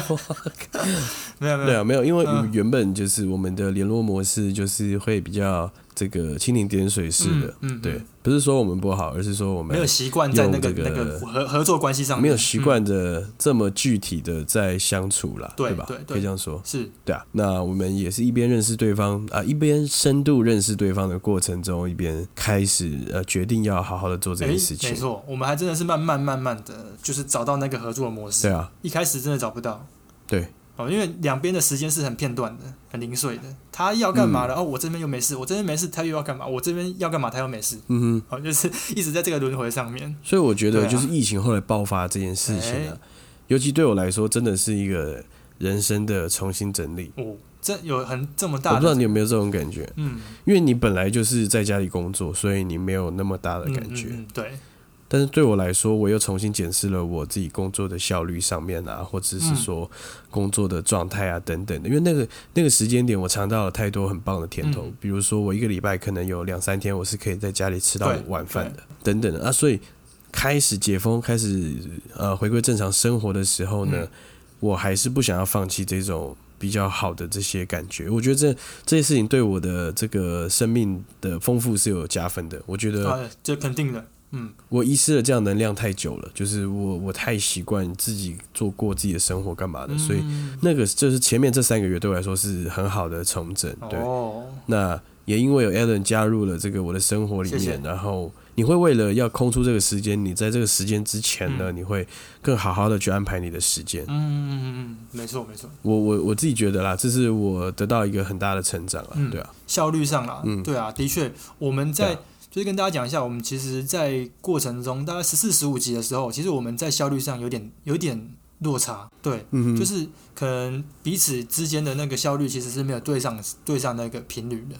Speaker 2: 没有 没
Speaker 1: 对
Speaker 2: 有，
Speaker 1: 啊，没有，因为
Speaker 2: 嗯
Speaker 1: 原本就是我们的联络模式就是会比较这个蜻蜓点水式的，
Speaker 2: 嗯嗯嗯
Speaker 1: 对，不是说我们不好，而是说我们
Speaker 2: 没有习惯在那个
Speaker 1: 用这个
Speaker 2: 那个合合作关系上面，
Speaker 1: 没有习惯的这么具体的在相处啦，
Speaker 2: 嗯对
Speaker 1: 吧
Speaker 2: 对？对
Speaker 1: 可以这样说，
Speaker 2: 是
Speaker 1: 对啊。那我们也是一边认识对方啊、一边深度认识对方的过程中，一边开始呃决定要好好的做这
Speaker 2: 诶，
Speaker 1: 件事情
Speaker 2: 没。错，我们还真的是慢慢慢慢的，就是找到那个合作的模式。
Speaker 1: 对啊，
Speaker 2: 一开始真的找不到
Speaker 1: 对，
Speaker 2: 哦，因为两边的时间是很片段的，很零碎的。他要干
Speaker 1: 嗯
Speaker 2: 嘛了？哦，我这边又没事，我这边没事，他又要干嘛？我这边要干嘛，他又没事。
Speaker 1: 嗯哼。
Speaker 2: 哦，就是一直在这个轮回上面。
Speaker 1: 所以我觉得
Speaker 2: 对啊
Speaker 1: 就是疫情后来爆发这件事情啊，尤其对我来说，真的是一个人生的重新整理。
Speaker 2: 哦，这有很这么
Speaker 1: 我
Speaker 2: 大
Speaker 1: 不知道
Speaker 2: 的，
Speaker 1: 你有没有这种感觉，
Speaker 2: 嗯，
Speaker 1: 因为你本来就是在家里工作，所以你没有那么大的
Speaker 2: 嗯
Speaker 1: 感觉。
Speaker 2: 嗯嗯对，
Speaker 1: 但是对我来说，我又重新检视了我自己工作的效率上面啊，或者是说工作的状态啊等等的。因为那个那个时间点，我尝到了太多很棒的甜头，
Speaker 2: 嗯
Speaker 1: 比如说我一个礼拜可能有两三天我是可以在家里吃到
Speaker 2: 对
Speaker 1: 晚饭的，等等的啊。所以开始解封，开始呃回归正常生活的时候呢，
Speaker 2: 嗯
Speaker 1: 我还是不想要放弃这种。比较好的这些感觉，我觉得这这些事情对我的这个生命的丰富是有加分的。我觉得
Speaker 2: 啊，这肯定的，嗯，
Speaker 1: 我遗失了这样能量太久了，就是我我太习惯自己做过自己的生活干嘛的，所以
Speaker 2: 嗯
Speaker 1: 那个就是前面这三个月对我来说是很好的重整。对，
Speaker 2: 哦，
Speaker 1: 那也因为有 Alan 加入了这个我的生活里面，
Speaker 2: 谢谢
Speaker 1: 然后你会为了要空出这个时间，你在这个时间之前呢，
Speaker 2: 嗯
Speaker 1: 你会更好好的去安排你的时间。
Speaker 2: 嗯嗯嗯嗯，没错没错。
Speaker 1: 我我我自己觉得啦，这是我得到一个很大的成长了，
Speaker 2: 嗯
Speaker 1: 对啊，
Speaker 2: 效率上啦，
Speaker 1: 嗯
Speaker 2: 对啊，的确，我们
Speaker 1: 对
Speaker 2: 在、
Speaker 1: 啊
Speaker 2: 就是跟大家讲一下，我们其实，在过程中大概十四、十五集的时候，其实我们在效率上有点有点落差，对，
Speaker 1: 嗯哼，
Speaker 2: 就是可能彼此之间的那个效率其实是没有对上对上那个频率的，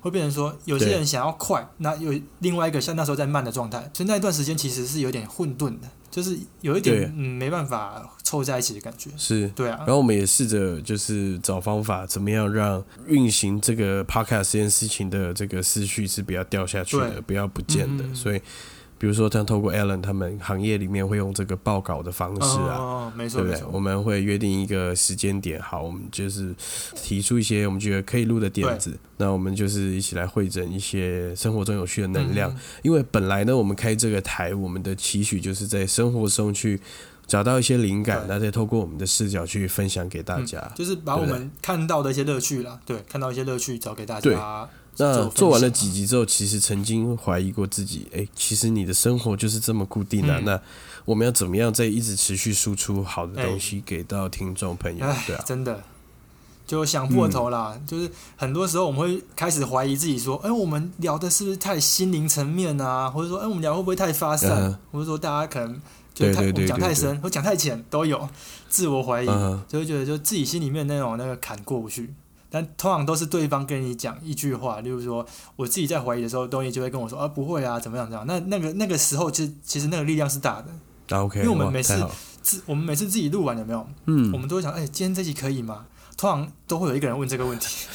Speaker 2: 会变成说有些
Speaker 1: 对
Speaker 2: 人想要快，那有另外一个像那时候在慢的状态，所以那一段时间其实是有点混沌的，就是有一
Speaker 1: 对
Speaker 2: 点嗯没办法凑在一起的感觉，
Speaker 1: 是
Speaker 2: 对啊
Speaker 1: 然，后我们也试着就是找方法，怎么样让运行这个 podcast 这件事情的这个思绪是不要掉下去的，
Speaker 2: 对
Speaker 1: 不要不见的。
Speaker 2: 嗯嗯嗯
Speaker 1: 所以，比如说，像透过 Alan 他们行业里面会用这个报告的方式啊，
Speaker 2: 哦，没错
Speaker 1: 对不
Speaker 2: 没
Speaker 1: 对？
Speaker 2: 错，
Speaker 1: 我们会约定一个时间点，好，我们就是提出一些我们觉得可以录的点子，那我们就是一起来会诊一些生活中有趣的能量。
Speaker 2: 嗯
Speaker 1: 因为本来呢，我们开这个台，我们的期许就是在生活中去找到一些灵感，
Speaker 2: 对
Speaker 1: 那再透过我们的视角去分
Speaker 2: 嗯
Speaker 1: 享给大家。
Speaker 2: 就是把我们看到的一些乐趣啦，对，看到一些乐趣找给大
Speaker 1: 对
Speaker 2: 家啊
Speaker 1: 那
Speaker 2: 分
Speaker 1: 做完
Speaker 2: 享
Speaker 1: 了几集之后，其实曾经怀疑过自己，诶，其实你的生活就是这么固定啊。
Speaker 2: 嗯
Speaker 1: 那我们要怎么样再一直持续输出好的东西给到听众朋友？
Speaker 2: 唉
Speaker 1: 对啊，嗯
Speaker 2: 真的，就想破头啦。就是很多时候我们会开始怀疑自己，说，哎、我们聊的是不是太心灵层面啊？或者说，哎、我们聊会不会太发散？
Speaker 1: 嗯哼
Speaker 2: 或者说，大家可能就是
Speaker 1: 对对
Speaker 2: 太我们
Speaker 1: 对
Speaker 2: 讲
Speaker 1: 对对
Speaker 2: 太深或讲太浅都有自我怀疑，
Speaker 1: 嗯
Speaker 2: 就会觉得就自己心里面那种那个坎过不去。但通常都是对方跟你讲一句话，例如说我自己在怀疑的时候，东西就会跟我说啊不会啊怎么样怎么样。那那个那个时候其实其实那个力量是大的。
Speaker 1: 那啊 OK，
Speaker 2: 因为我们
Speaker 1: 哇
Speaker 2: 每次
Speaker 1: 太好了
Speaker 2: 自我们每次自己录完有没有？
Speaker 1: 嗯
Speaker 2: 我，们都会想，哎、今天这集可以吗？通常都会有一个人问这个问 题，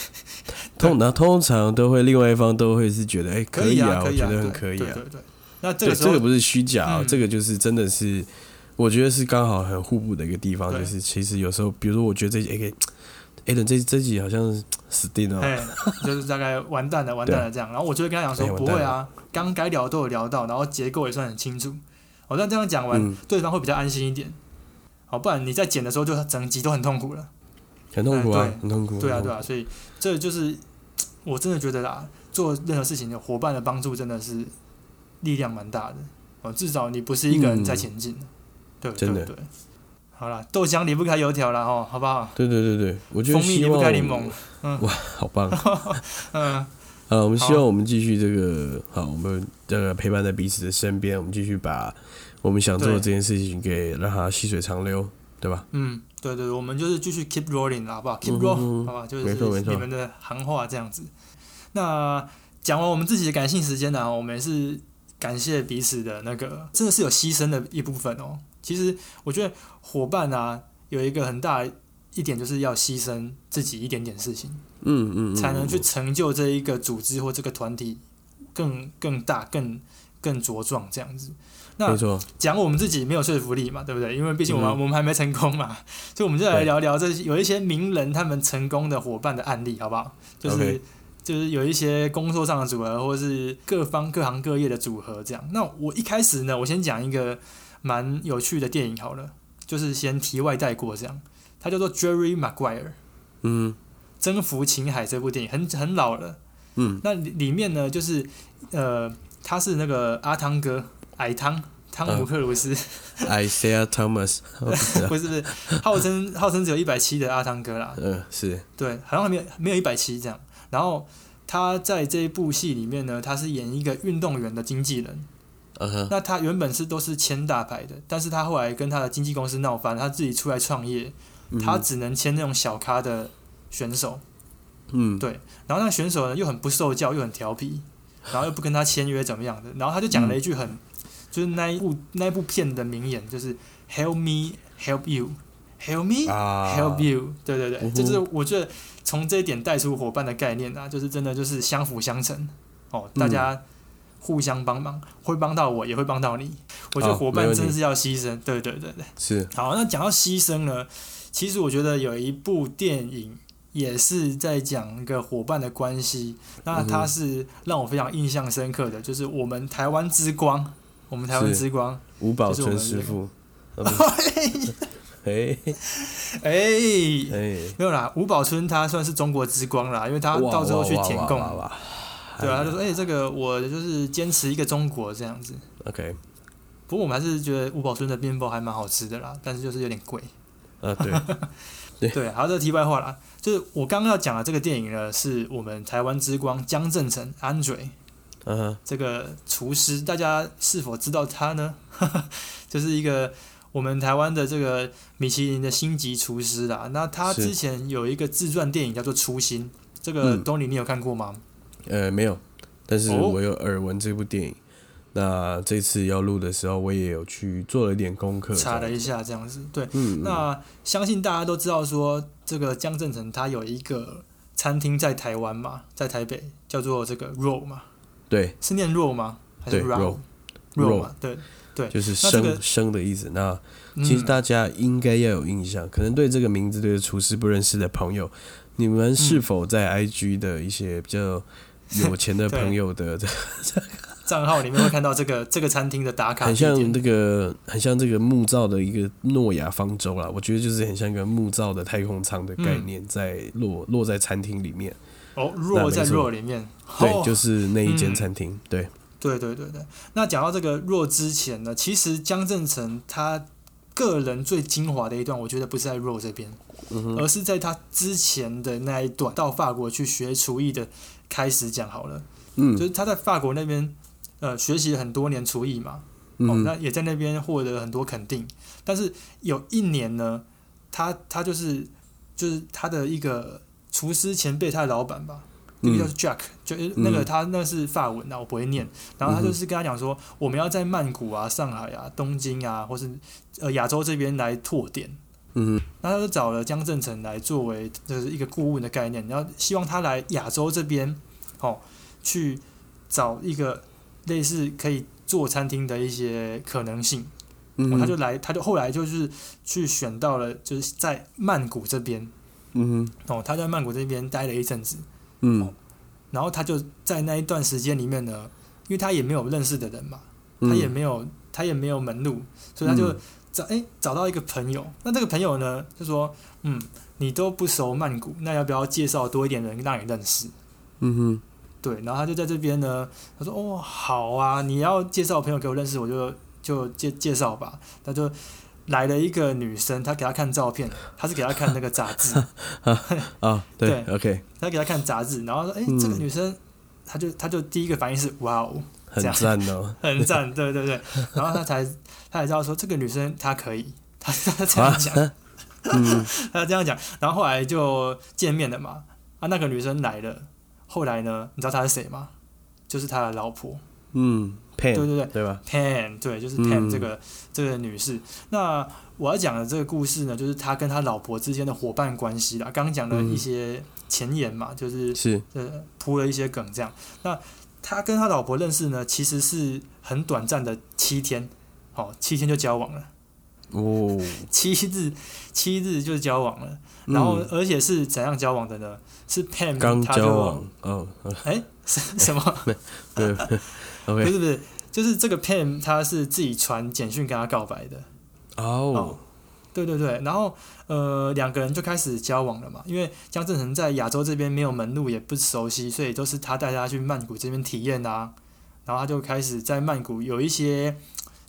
Speaker 1: 通常通常都会另外一方都会是觉得，诶，以
Speaker 2: 以
Speaker 1: 啊，
Speaker 2: 可
Speaker 1: 我
Speaker 2: 以
Speaker 1: 觉
Speaker 2: 啊，
Speaker 1: 得很
Speaker 2: 对
Speaker 1: 可以
Speaker 2: 对
Speaker 1: 啊
Speaker 2: 对。对。那这
Speaker 1: 对，
Speaker 2: 个时
Speaker 1: 这个
Speaker 2: 候，
Speaker 1: 不是虚假哦、
Speaker 2: 嗯
Speaker 1: 这个就是真的是，我觉得是刚好很互补的一个地方，
Speaker 2: 对
Speaker 1: 就是其实有时候，比如说我觉得这诶，哎、等这这集好像死定了哦，
Speaker 2: 哎，就是大概完蛋了，完蛋了这样。然后我就会跟他讲说
Speaker 1: 哎，完
Speaker 2: 不
Speaker 1: 蛋
Speaker 2: 会啊，刚该聊都有聊到，然后结构也算很清楚。我、哦、那这样讲完，
Speaker 1: 嗯
Speaker 2: 对方会比较安心一点。好，不然你在剪的时候就整集都很痛苦了。
Speaker 1: 很痛苦啊
Speaker 2: 哎，
Speaker 1: 很痛苦。
Speaker 2: 对啊，
Speaker 1: 很痛
Speaker 2: 对啊，所以这就是我真的觉得啦，做任何事情的伙伴的帮助真的是力量蛮大的哦，至少你不是一个人在前进，对不对
Speaker 1: 真的
Speaker 2: 对。好啦，豆浆离不开油条啦，哦，好不好？
Speaker 1: 对对对对，我就
Speaker 2: 蜂蜜
Speaker 1: 希
Speaker 2: 离不
Speaker 1: 望
Speaker 2: 开柠檬，
Speaker 1: 好棒啊！
Speaker 2: 嗯，
Speaker 1: 呃我们希
Speaker 2: 好
Speaker 1: 望我们继续这个好，我们这个陪伴在彼此的身边，我们继续把我们想做的
Speaker 2: 对
Speaker 1: 这件事情给让它细水长流，对吧？
Speaker 2: 嗯，对对，对我们就是继续 keep rolling 啦，好不好？keep
Speaker 1: 嗯
Speaker 2: roll，、
Speaker 1: 嗯嗯
Speaker 2: 好不好？就是
Speaker 1: 没错没错
Speaker 2: 你们的行话这样子。那讲完我们自己的感性时间呢、啊我们也是感谢彼此的那个，真的是有牺牲的一部分哦。其实我觉得伙伴啊，有一个很大的一点就是要牺牲自己一点点事情，
Speaker 1: 嗯嗯，嗯
Speaker 2: 才能去
Speaker 1: 嗯
Speaker 2: 成就这一个组织或这个团体更更大、更更茁壮这样子。那
Speaker 1: 没错，
Speaker 2: 讲我们自己没有说服力嘛，对不对？因为毕竟我们、
Speaker 1: 嗯
Speaker 2: 我们还没成功嘛， 所以我们就来
Speaker 1: 对
Speaker 2: 聊聊这些有一些名人他们成功的伙伴的案例，好不好？就是、
Speaker 1: OK
Speaker 2: 就是有一些工作上的组合，或是各方各行各业的组合这样。那我一开始呢，我先讲一个蛮有趣的电影好了，就是先题外带过这样，它叫做 Jerry Maguire。
Speaker 1: 嗯
Speaker 2: 征服情海这部电影很很老了，
Speaker 1: 嗯，
Speaker 2: 那里里面呢就是呃，他是那个阿汤哥矮汤汤
Speaker 1: 嗯
Speaker 2: 姆克鲁斯，
Speaker 1: ，Isaiah Thomas，哦不是啊
Speaker 2: 不是不是，号称号称只有一百七的阿汤哥啦，
Speaker 1: 嗯是，
Speaker 2: 对，好像还没有没有一百七这样。然后他在这一部戏里面呢，他是演一个运动员的经纪人。
Speaker 1: 嗯哼，
Speaker 2: 那他原本是都是签大牌的，但是他后来跟他的经纪公司闹翻，他自己出来创业，
Speaker 1: 嗯
Speaker 2: 他只能签那种小咖的选手。
Speaker 1: 嗯
Speaker 2: 对然后那个选手呢又很不受教，又很调皮，然后又不跟他签约怎么样的，然后他就讲
Speaker 1: 嗯
Speaker 2: 了一句很，就是那一部那一部片的名言，就是 “Help me, help you, help me,
Speaker 1: 啊
Speaker 2: help you，对对对，
Speaker 1: 嗯哼
Speaker 2: 这就是我觉得从这一点带出伙伴的概念啊，就是真的就是相辅相成哦，
Speaker 1: 嗯
Speaker 2: 大家互相帮忙，会帮到我也会帮到你。我觉得
Speaker 1: 好
Speaker 2: 伙
Speaker 1: 哦没
Speaker 2: 伴
Speaker 1: 问题
Speaker 2: 真的是要牺牲，对对对对。
Speaker 1: 是，
Speaker 2: 好，那讲到牺牲呢，其实我觉得有一部电影也是在讲一个伙伴的关系，那
Speaker 1: 嗯
Speaker 2: 它是让我非常印象深刻的，就是我们台湾之光，我们台湾
Speaker 1: 是
Speaker 2: 之光，
Speaker 1: 吴宝
Speaker 2: 就是我们
Speaker 1: 春师
Speaker 2: 这个
Speaker 1: 傅，啊不是 哎
Speaker 2: 哎、
Speaker 1: 哎，
Speaker 2: 没有啦，吴宝春他算是中国之光啦，因为他
Speaker 1: 哇
Speaker 2: 到最后去
Speaker 1: 哇哇
Speaker 2: 填
Speaker 1: 哇
Speaker 2: 供，
Speaker 1: 哇哇
Speaker 2: 对啊，他
Speaker 1: 哎
Speaker 2: 就说，哎、这个我就是坚持一个中国这样子。
Speaker 1: ，OK，
Speaker 2: 不过我们还是觉得吴宝春的面包还蛮好吃的啦，但是就是有点 贵。
Speaker 1: 啊 对，
Speaker 2: 对，啊好，这个题外话啦，就是我刚刚要讲的这个电影呢，是我们台湾之光江正成 Andre
Speaker 1: 嗯哼，
Speaker 2: 这个厨师，大家是否知道他呢？ 就是一个我们台湾的这个米其林的星级厨师啦。那他
Speaker 1: 是
Speaker 2: 之前有一个自传电影叫做《初心》，这个
Speaker 1: 嗯
Speaker 2: 东尼你有看过吗？
Speaker 1: 呃，没有，但是
Speaker 2: 哦
Speaker 1: 我有耳闻这部电影。那这次要录的时候，我也有去做了一点功课，
Speaker 2: 查了
Speaker 1: 这样
Speaker 2: 一下，这样子，对。
Speaker 1: 嗯，嗯
Speaker 2: 那相信大家都知道说，这个江正成他有一个餐厅在台湾嘛，在台北叫做这个 Roll 嘛。
Speaker 1: 对，
Speaker 2: 是念肉吗？还是
Speaker 1: 对
Speaker 2: row
Speaker 1: row
Speaker 2: row
Speaker 1: row
Speaker 2: 嘛？对，
Speaker 1: 就是
Speaker 2: 那这
Speaker 1: 生、
Speaker 2: 个
Speaker 1: 生的意思。那
Speaker 2: 嗯
Speaker 1: 其实大家应该要有印象，可能对这个名字对厨师不认识的朋友，你们是否在 IG 的一些比较有钱的
Speaker 2: 对
Speaker 1: 朋友的，
Speaker 2: 账号里面会看到这个这个餐厅的打卡
Speaker 1: 很
Speaker 2: 地
Speaker 1: 像
Speaker 2: 点
Speaker 1: 这个很像这个木造的一个诺亚方舟
Speaker 2: 嗯
Speaker 1: 啦，我觉得就是很像一个木造的太空舱的概念在落、落在餐厅里面。
Speaker 2: 哦，
Speaker 1: 那
Speaker 2: 弱
Speaker 1: 没
Speaker 2: 在
Speaker 1: 错
Speaker 2: 弱里面，
Speaker 1: 对，
Speaker 2: 哦
Speaker 1: 就是那一间餐厅，对，
Speaker 2: 对对对对，那讲到这个弱之前呢，其实江正成他个人最精华的一段，我觉得不是在弱这边，
Speaker 1: 嗯
Speaker 2: 而是在他之前的那一段到法国去学厨艺的开始讲好了。
Speaker 1: 嗯
Speaker 2: 就是他在法国那边呃学习了很多年厨艺嘛，哦，
Speaker 1: 嗯
Speaker 2: 那也在那边获得了很多肯定。但是有一年呢，他他就是就是他的一个厨师前辈，他的老板吧，那个叫
Speaker 1: 嗯
Speaker 2: Jack，、就那个
Speaker 1: 嗯
Speaker 2: 他那是法文啊，我不会念。然后他
Speaker 1: 嗯哼
Speaker 2: 就是跟他讲说，我们要在曼谷啊、上海啊、东京啊，或是呃亚洲这边来拓点。
Speaker 1: 嗯
Speaker 2: 那他就找了江正成来作为就是一个顾问的概念，然后希望他来亚洲这边，哦，去找一个类似可以做餐厅的一些可能性。哦
Speaker 1: 嗯，
Speaker 2: 他就来，他就后来就是去选到了，就是在曼谷这边，
Speaker 1: 嗯
Speaker 2: 哦，他在曼谷这边待了一阵子，哦
Speaker 1: 嗯
Speaker 2: 然后他就在那一段时间里面呢，因为他也没有认识的人嘛，
Speaker 1: 嗯，
Speaker 2: 他也没有他也没有门路，所以他就
Speaker 1: 嗯
Speaker 2: 找哎、找到一个朋友。那这个朋友呢，就说嗯，你都不熟曼谷，那要不要介绍多一点人让你认识？
Speaker 1: 嗯哼
Speaker 2: 对，然后他就在这边呢，他说哦好啊，你要介绍朋友给我认识，我就就介介绍吧。他就来了一个女生，他给他看照片，他是给他看那个杂志，
Speaker 1: 啊，对
Speaker 2: 对
Speaker 1: ，OK，
Speaker 2: 他给他看杂志，然后说哎、
Speaker 1: 嗯
Speaker 2: 这个女生，他就他就第一个反应是哇哦。
Speaker 1: 很
Speaker 2: 这样
Speaker 1: 赞 哦，
Speaker 2: 很 赞，对对对，然后他才他才知道说这个女生她可以，他他这样讲，
Speaker 1: 啊嗯
Speaker 2: 他这样讲，然后后来就见面了嘛，啊那个女生来了，后来呢，你知道她是谁吗？就是他的老婆，
Speaker 1: 嗯
Speaker 2: 对
Speaker 1: ，Pan
Speaker 2: 对对
Speaker 1: 对吧？
Speaker 2: ，Pan，对，就是
Speaker 1: 嗯
Speaker 2: Pan 这个、这个女士。那我要讲的这个故事呢，就是他跟他老婆之间的伙伴关系啦，刚刚讲的
Speaker 1: 嗯
Speaker 2: 一些前言嘛，就是
Speaker 1: 是，
Speaker 2: 呃铺了一些梗这样。那他跟他老婆认识呢，其实是很短暂的七天，哦，七天就交往了，
Speaker 1: 哦，
Speaker 2: 七日七日就交往了。
Speaker 1: 嗯
Speaker 2: 然后、而且是怎样交往的呢？是 Pam
Speaker 1: 刚
Speaker 2: 他
Speaker 1: 交
Speaker 2: 就
Speaker 1: 往，哦，
Speaker 2: 哎是什么？
Speaker 1: 对
Speaker 2: 不
Speaker 1: ，OK，
Speaker 2: 是不是，就是这个 Pam 他是自己传简讯跟他告白的。
Speaker 1: 哦，
Speaker 2: 对对对，然后呃，两个人就开始交往了嘛。因为江正成在亚洲这边没有门路，也不熟悉，所以都是他带他去曼谷这边体验啊。然后他就开始在曼谷有一些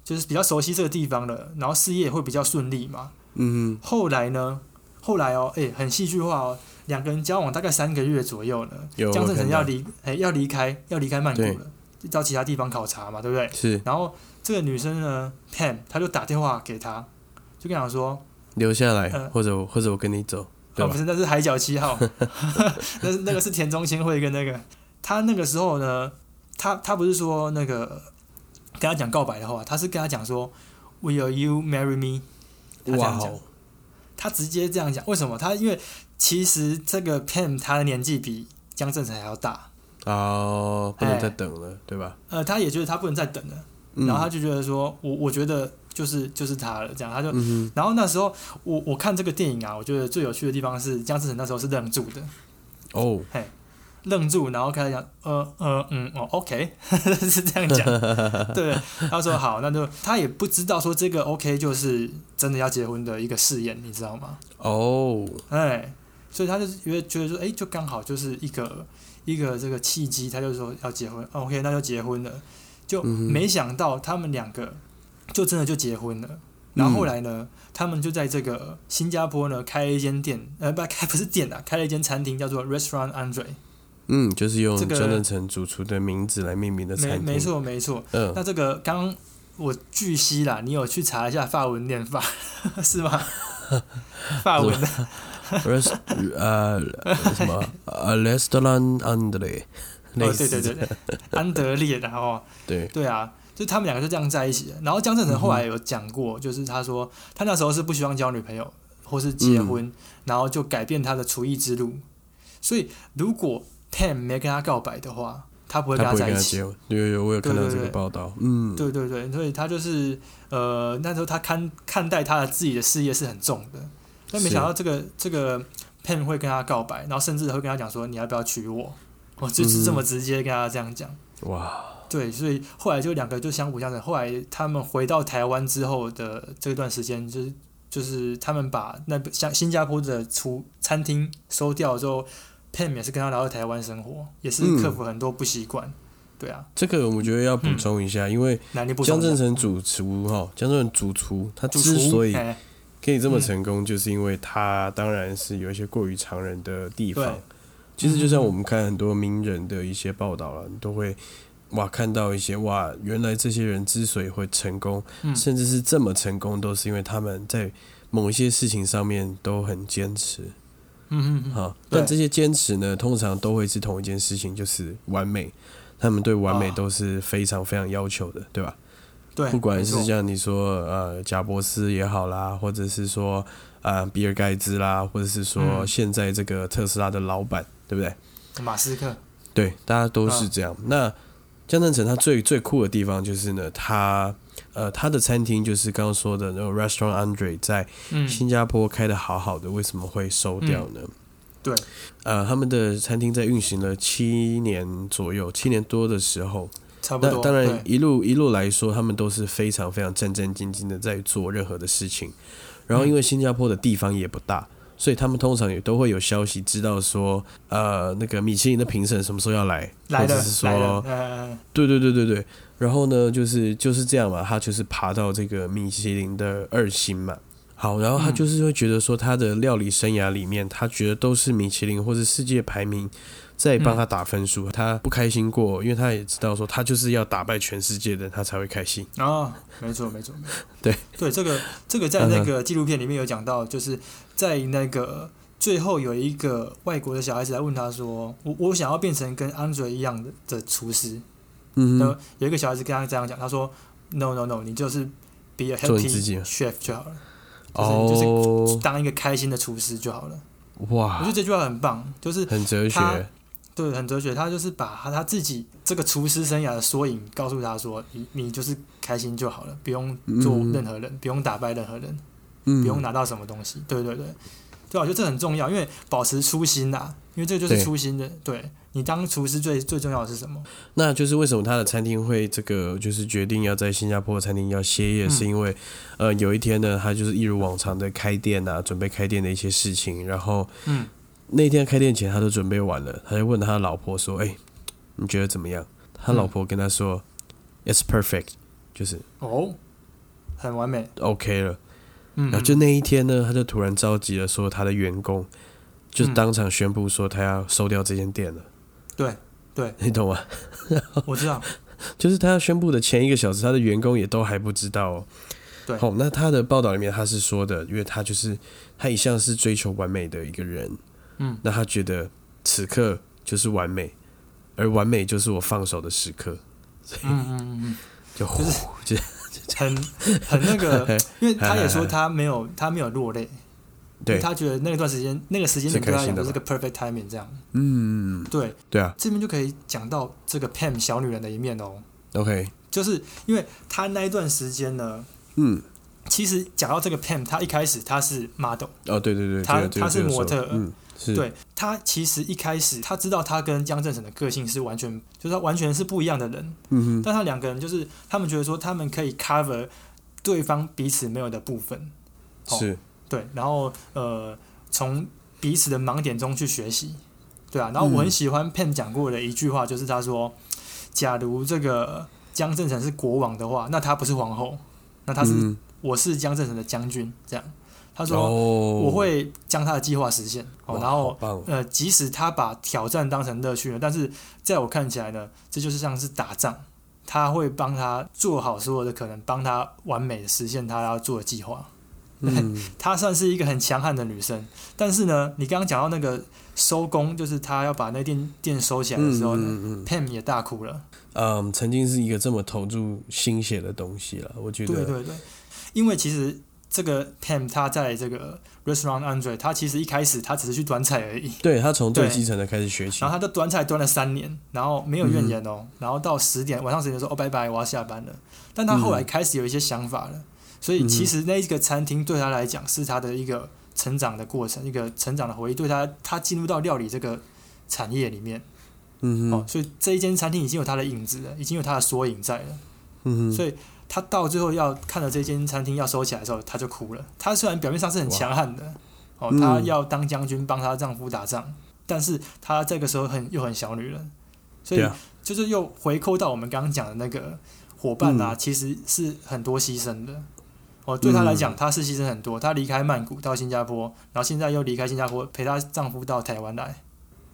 Speaker 2: 就是比较熟悉这个地方了，然后事业也会比较顺利嘛。
Speaker 1: 嗯
Speaker 2: 后来呢，后来哦，哎，很戏剧化哦，两个人交往大概三个月左右呢，
Speaker 1: 有
Speaker 2: 江
Speaker 1: 我
Speaker 2: 正
Speaker 1: 看
Speaker 2: 成
Speaker 1: 到
Speaker 2: 要离哎要离开要离开曼谷
Speaker 1: 对
Speaker 2: 了，就到其他地方考察嘛，对不对？
Speaker 1: 哼，是
Speaker 2: 然后这个女生呢，Pam，她就打电话给他，就跟他说。
Speaker 1: 留下来，
Speaker 2: 呃
Speaker 1: 或者我或者我跟你走，对
Speaker 2: 哦，
Speaker 1: 吧
Speaker 2: 不是，那是海角 七号，那是那个是田中千惠跟那个他那个时候呢，他他不是说那个跟他讲告白的话，他是跟他讲说，Will you marry me？他这样
Speaker 1: 哇
Speaker 2: 讲
Speaker 1: 哦，
Speaker 2: 他直接这样讲，为什么？他因为其实这个 Pam 他的年纪比江正成还要大，
Speaker 1: 哦，不能
Speaker 2: 哎
Speaker 1: 再等了，对吧？
Speaker 2: 呃，他也觉得他不能再等了，
Speaker 1: 嗯
Speaker 2: 然后他就觉得说，我我觉得就是就是他了，这样他就。
Speaker 1: 嗯
Speaker 2: 然后那时候，我我看这个电影啊，我觉得最有趣的地方是江志成那时候是愣住的，
Speaker 1: 哼，哦，
Speaker 2: 愣住，然后开始讲，呃呃嗯哦，OK，是 这样讲，对，他说好，那就他也不知道说这个 OK 就是真的要结婚的一个试验，你知道吗？
Speaker 1: 哦，
Speaker 2: 哎，所以他就觉得觉得说，哎，就刚好就是一个一个这个契机，他就说要结婚，OK，那就结婚了，就
Speaker 1: 嗯哼
Speaker 2: 没想到他们两个就真的就结婚
Speaker 1: 嗯
Speaker 2: 了。然后后来呢，他们就在这个新加坡呢开了一间店，呃，不开不是店啊，开了一间餐厅，叫做 Restaurant Andre。
Speaker 1: 嗯，就是用
Speaker 2: 这个
Speaker 1: 江正成主厨的名字来命名的餐
Speaker 2: 没
Speaker 1: 厅，
Speaker 2: 没，错没错，
Speaker 1: 嗯，
Speaker 2: 那这个刚刚我据悉啦，你有去查一下法文念法 是吗？法文的
Speaker 1: rest 呃什么呃 restaurant Andre，
Speaker 2: 哦，
Speaker 1: 类
Speaker 2: 对
Speaker 1: 似
Speaker 2: 对对对， 安德烈的哦，
Speaker 1: 对，
Speaker 2: 对啊，就他们两个就这样在一起了。然后江正成后来
Speaker 1: 嗯
Speaker 2: 有讲过，就是他说他那时候是不希望交女朋友或是结
Speaker 1: 嗯
Speaker 2: 婚，然后就改变他的厨艺之路。所以如果 Pam 没跟他告白的话，他不会跟
Speaker 1: 他
Speaker 2: 他
Speaker 1: 不会
Speaker 2: 在
Speaker 1: 跟
Speaker 2: 一
Speaker 1: 他
Speaker 2: 起。
Speaker 1: 结婚，有有我有看到
Speaker 2: 对对
Speaker 1: 这个
Speaker 2: 对
Speaker 1: 报道，嗯，
Speaker 2: 对对对，所以他就是呃，那时候他看看待他的自己的事业是很重的，但没
Speaker 1: 是
Speaker 2: 想到这个这个 Pam 会跟他告白，然后甚至会跟他讲说你要不要娶我，我就是这么直接跟他这样讲。
Speaker 1: 哇，
Speaker 2: 对，所以后来就两个就相辅相成。后来他们回到台湾之后的这段时间，就是就是他们把那像新加坡的厨餐厅收掉之后 Pam 也是跟他来到台湾生活，也是克服
Speaker 1: 嗯
Speaker 2: 很多不习惯。对啊，
Speaker 1: 这个我觉得要补充一下，因为
Speaker 2: 能力不
Speaker 1: 江
Speaker 2: 同的
Speaker 1: 正成主厨哈，江正成主厨他
Speaker 2: 主
Speaker 1: 之
Speaker 2: 厨
Speaker 1: 所以
Speaker 2: 哎
Speaker 1: 可以这么成功，就是因为他当然是有一些过于常人的地方
Speaker 2: 对。
Speaker 1: 其实就像我们看很多名人的一些报道了，你都会哇看到一些哇，原来这些人之所以会成功，
Speaker 2: 嗯
Speaker 1: 甚至是这么成功，都是因为他们在某一些事情上面都很坚持
Speaker 2: 嗯嗯嗯，
Speaker 1: 哈。
Speaker 2: 对
Speaker 1: 但这些坚持呢，通常都会是同一件事情，就是完美。他们对完美
Speaker 2: 啊
Speaker 1: 都是非常非常要求的，对吧？
Speaker 2: 对，
Speaker 1: 不管
Speaker 2: 没
Speaker 1: 是
Speaker 2: 错
Speaker 1: 像你说呃贾伯斯也好啦，或者是说啊、呃比尔盖茨啦，或者是说
Speaker 2: 嗯
Speaker 1: 现在这个特斯拉的老板，对不对？
Speaker 2: 马斯克，
Speaker 1: 对，大家都是
Speaker 2: 嗯
Speaker 1: 这样。那江南城它最最酷的地方就是呢，它呃它的餐厅就是刚刚说的那种 Restaurant Andre 在
Speaker 2: 嗯，
Speaker 1: 新加坡开的好好的，为什么会收掉呢？
Speaker 2: 对，
Speaker 1: 呃，他们的餐厅在运行了七年左右，七年多的时候，
Speaker 2: 差不
Speaker 1: 那
Speaker 2: 多。
Speaker 1: 当然
Speaker 2: 对，
Speaker 1: 一路一路来说，他们都是非常非常战战兢兢的在做任何的事情。然后，
Speaker 2: 嗯
Speaker 1: 因为新加坡的地方也不大，所以他们通常也都会有消息知道说，呃，那个米其林的评审什么时候要来，
Speaker 2: 来
Speaker 1: 或者
Speaker 2: 了
Speaker 1: 是说
Speaker 2: 来了，呃，
Speaker 1: 对对对对对。然后呢，就是就是这样嘛，他就是爬到这个米其林的二星嘛。好，然后
Speaker 2: 嗯
Speaker 1: 他就是会觉得说，他的料理生涯里面，他觉得都是米其林或是世界排名在
Speaker 2: 嗯
Speaker 1: 帮他打分数，他不开心过，因为他也知道说，他就是要打败全世界的，他才会开心。
Speaker 2: 然后没错没错，没错
Speaker 1: 对
Speaker 2: 对，这个这个在那个纪录片里面有讲到，就是在那个最后有一个外国的小孩子来问他说，我我想要变成跟 Andre 一样的的厨师，
Speaker 1: 嗯
Speaker 2: 然
Speaker 1: 哼
Speaker 2: 后，有一个小孩子跟他这样讲，他说 No No No，你就是 be a
Speaker 1: 做你自己
Speaker 2: healthy chef 就好了，就是
Speaker 1: 哦，
Speaker 2: 当一个开心的厨师就好了。我觉
Speaker 1: 哇
Speaker 2: 得，这句话很棒，就是
Speaker 1: 很哲学，
Speaker 2: 他对很哲学，他就是把他他自己这个厨师生涯的缩影告诉他说，你你就是开心就好了，不用做
Speaker 1: 嗯
Speaker 2: 任何人，不用打败任何人，
Speaker 1: 嗯，
Speaker 2: 不用拿到什么东西。对对对，对啊，我觉得这很重要，因为保持初心呐、因为这个就
Speaker 1: 对
Speaker 2: 是初心的。对你当厨师最最重要的是什么？
Speaker 1: 那就是为什么他的餐厅会这个就是决定要在新加坡的餐厅要歇业，
Speaker 2: 嗯
Speaker 1: 是因为呃有一天呢，他就是一如往常的开店啊，准备开店的一些事情，然后
Speaker 2: 嗯
Speaker 1: 那天开店前他都准备完了，他就问他老婆说：“哎、你觉得怎么样？”他老
Speaker 2: 嗯
Speaker 1: 婆跟他说、i t s perfect，就是
Speaker 2: 哦，很完美。
Speaker 1: OK 了。
Speaker 2: 嗯，
Speaker 1: 然后就那一天呢，他就突然召集了所有他的员工，就当场宣布说他要收掉这间店了。
Speaker 2: 嗯对对，
Speaker 1: 你懂吗？
Speaker 2: 我知道，
Speaker 1: 就是他宣布的前一个小时，他的员工也都还不知道、哦。
Speaker 2: 对
Speaker 1: 好，那他的报道里面他是说的，因为他就是他一向是追求完美的一个人，
Speaker 2: 嗯，
Speaker 1: 那他觉得此刻就是完美，而完美就是我放手的时刻，
Speaker 2: 嗯嗯嗯嗯，
Speaker 1: 就呼
Speaker 2: 就很很 那个，因为他也说他没有他没有落泪，
Speaker 1: 对，
Speaker 2: 他觉得那段时间那个时间
Speaker 1: 是
Speaker 2: 点对
Speaker 1: 开
Speaker 2: 他
Speaker 1: 心
Speaker 2: 来
Speaker 1: 的
Speaker 2: 说是个 perfect timing 这样。
Speaker 1: 嗯，
Speaker 2: 对，
Speaker 1: 对啊
Speaker 2: 这边就可以讲到这个 Pam 小女人的一面哦，
Speaker 1: ，OK，
Speaker 2: 就是因为她那一段时间呢，
Speaker 1: 嗯，
Speaker 2: 其实讲到这个 Pam，她一开始她是 model，
Speaker 1: 哦，对对对，
Speaker 2: 他
Speaker 1: 这个这个
Speaker 2: 他是
Speaker 1: 这个
Speaker 2: 模
Speaker 1: 说
Speaker 2: 特
Speaker 1: 嗯，是，
Speaker 2: 对她其实一开始她知道她跟江正成的个性是完全，就是她完全是不一样的人，
Speaker 1: 嗯哼，
Speaker 2: 但他两个人就是他们觉得说他们可以 cover 对方彼此没有的部分，哦
Speaker 1: 是，
Speaker 2: 对，然后呃，从彼此的盲点中去学习，对啊。然后
Speaker 1: 嗯
Speaker 2: 我很喜欢 Pam 讲过的一句话，就是他说，假如这个江正成是国王的话，那他不是皇后，那他是、
Speaker 1: 嗯
Speaker 2: 我是江正成的将军，这样。他
Speaker 1: 哼
Speaker 2: 说、
Speaker 1: 哦，
Speaker 2: 我会将他的计划实现，哦，
Speaker 1: 哇，
Speaker 2: 然
Speaker 1: 好
Speaker 2: 后。
Speaker 1: 棒哦
Speaker 2: 呃，即使他把挑战当成乐趣了，但是在我看起来呢，这就是像是打仗，他会帮他做好所有的可能，帮他完美地实现他要做的计划。
Speaker 1: 嗯，
Speaker 2: 她算是一个很强悍的女生，但是呢，你刚刚讲到那个收工，就是她要把那店店收起来的时候呢、
Speaker 1: 嗯嗯
Speaker 2: p a m 也大哭了。
Speaker 1: 嗯，曾经是一个这么投注心血的东西了，我觉
Speaker 2: 对
Speaker 1: 得，
Speaker 2: 对对，因为其实这个 Pam 她在这个 Restaurant Andre，她其实一开始她只是去端菜而已，
Speaker 1: 对他从最
Speaker 2: 对
Speaker 1: 基层的开始学起
Speaker 2: 然，后她就端菜端了三年，然后没有怨言哦，然后到十点晚上十点说哦拜拜，我要下班了，但她后来开始有一些想法了，所以其实那一个餐厅对她来讲是她的一个成长的过程，一个成长的回忆，对她她进入到料理这个产业里面。
Speaker 1: 嗯
Speaker 2: 哦
Speaker 1: 哼，，
Speaker 2: 所以这一间餐厅已经有它的影子了，已经有它的缩影在了。
Speaker 1: 嗯哼，
Speaker 2: 所以他到最后要看到这间餐厅要收起来的时候，他就哭了。他虽然表面上是很强悍的，哦，
Speaker 1: 嗯
Speaker 2: 他要当将军帮她丈夫打仗，但是她这个时候很又很小女人，所
Speaker 1: 对
Speaker 2: 以
Speaker 1: 啊，
Speaker 2: 就是又回扣到我们刚刚讲的那个伙伴啊，
Speaker 1: 嗯
Speaker 2: 其实是很多牺牲的。哦，对她来讲，
Speaker 1: 嗯
Speaker 2: 她是牺牲很多。她离开曼谷到新加坡，然后现在又离开新加坡陪她丈夫到台湾来，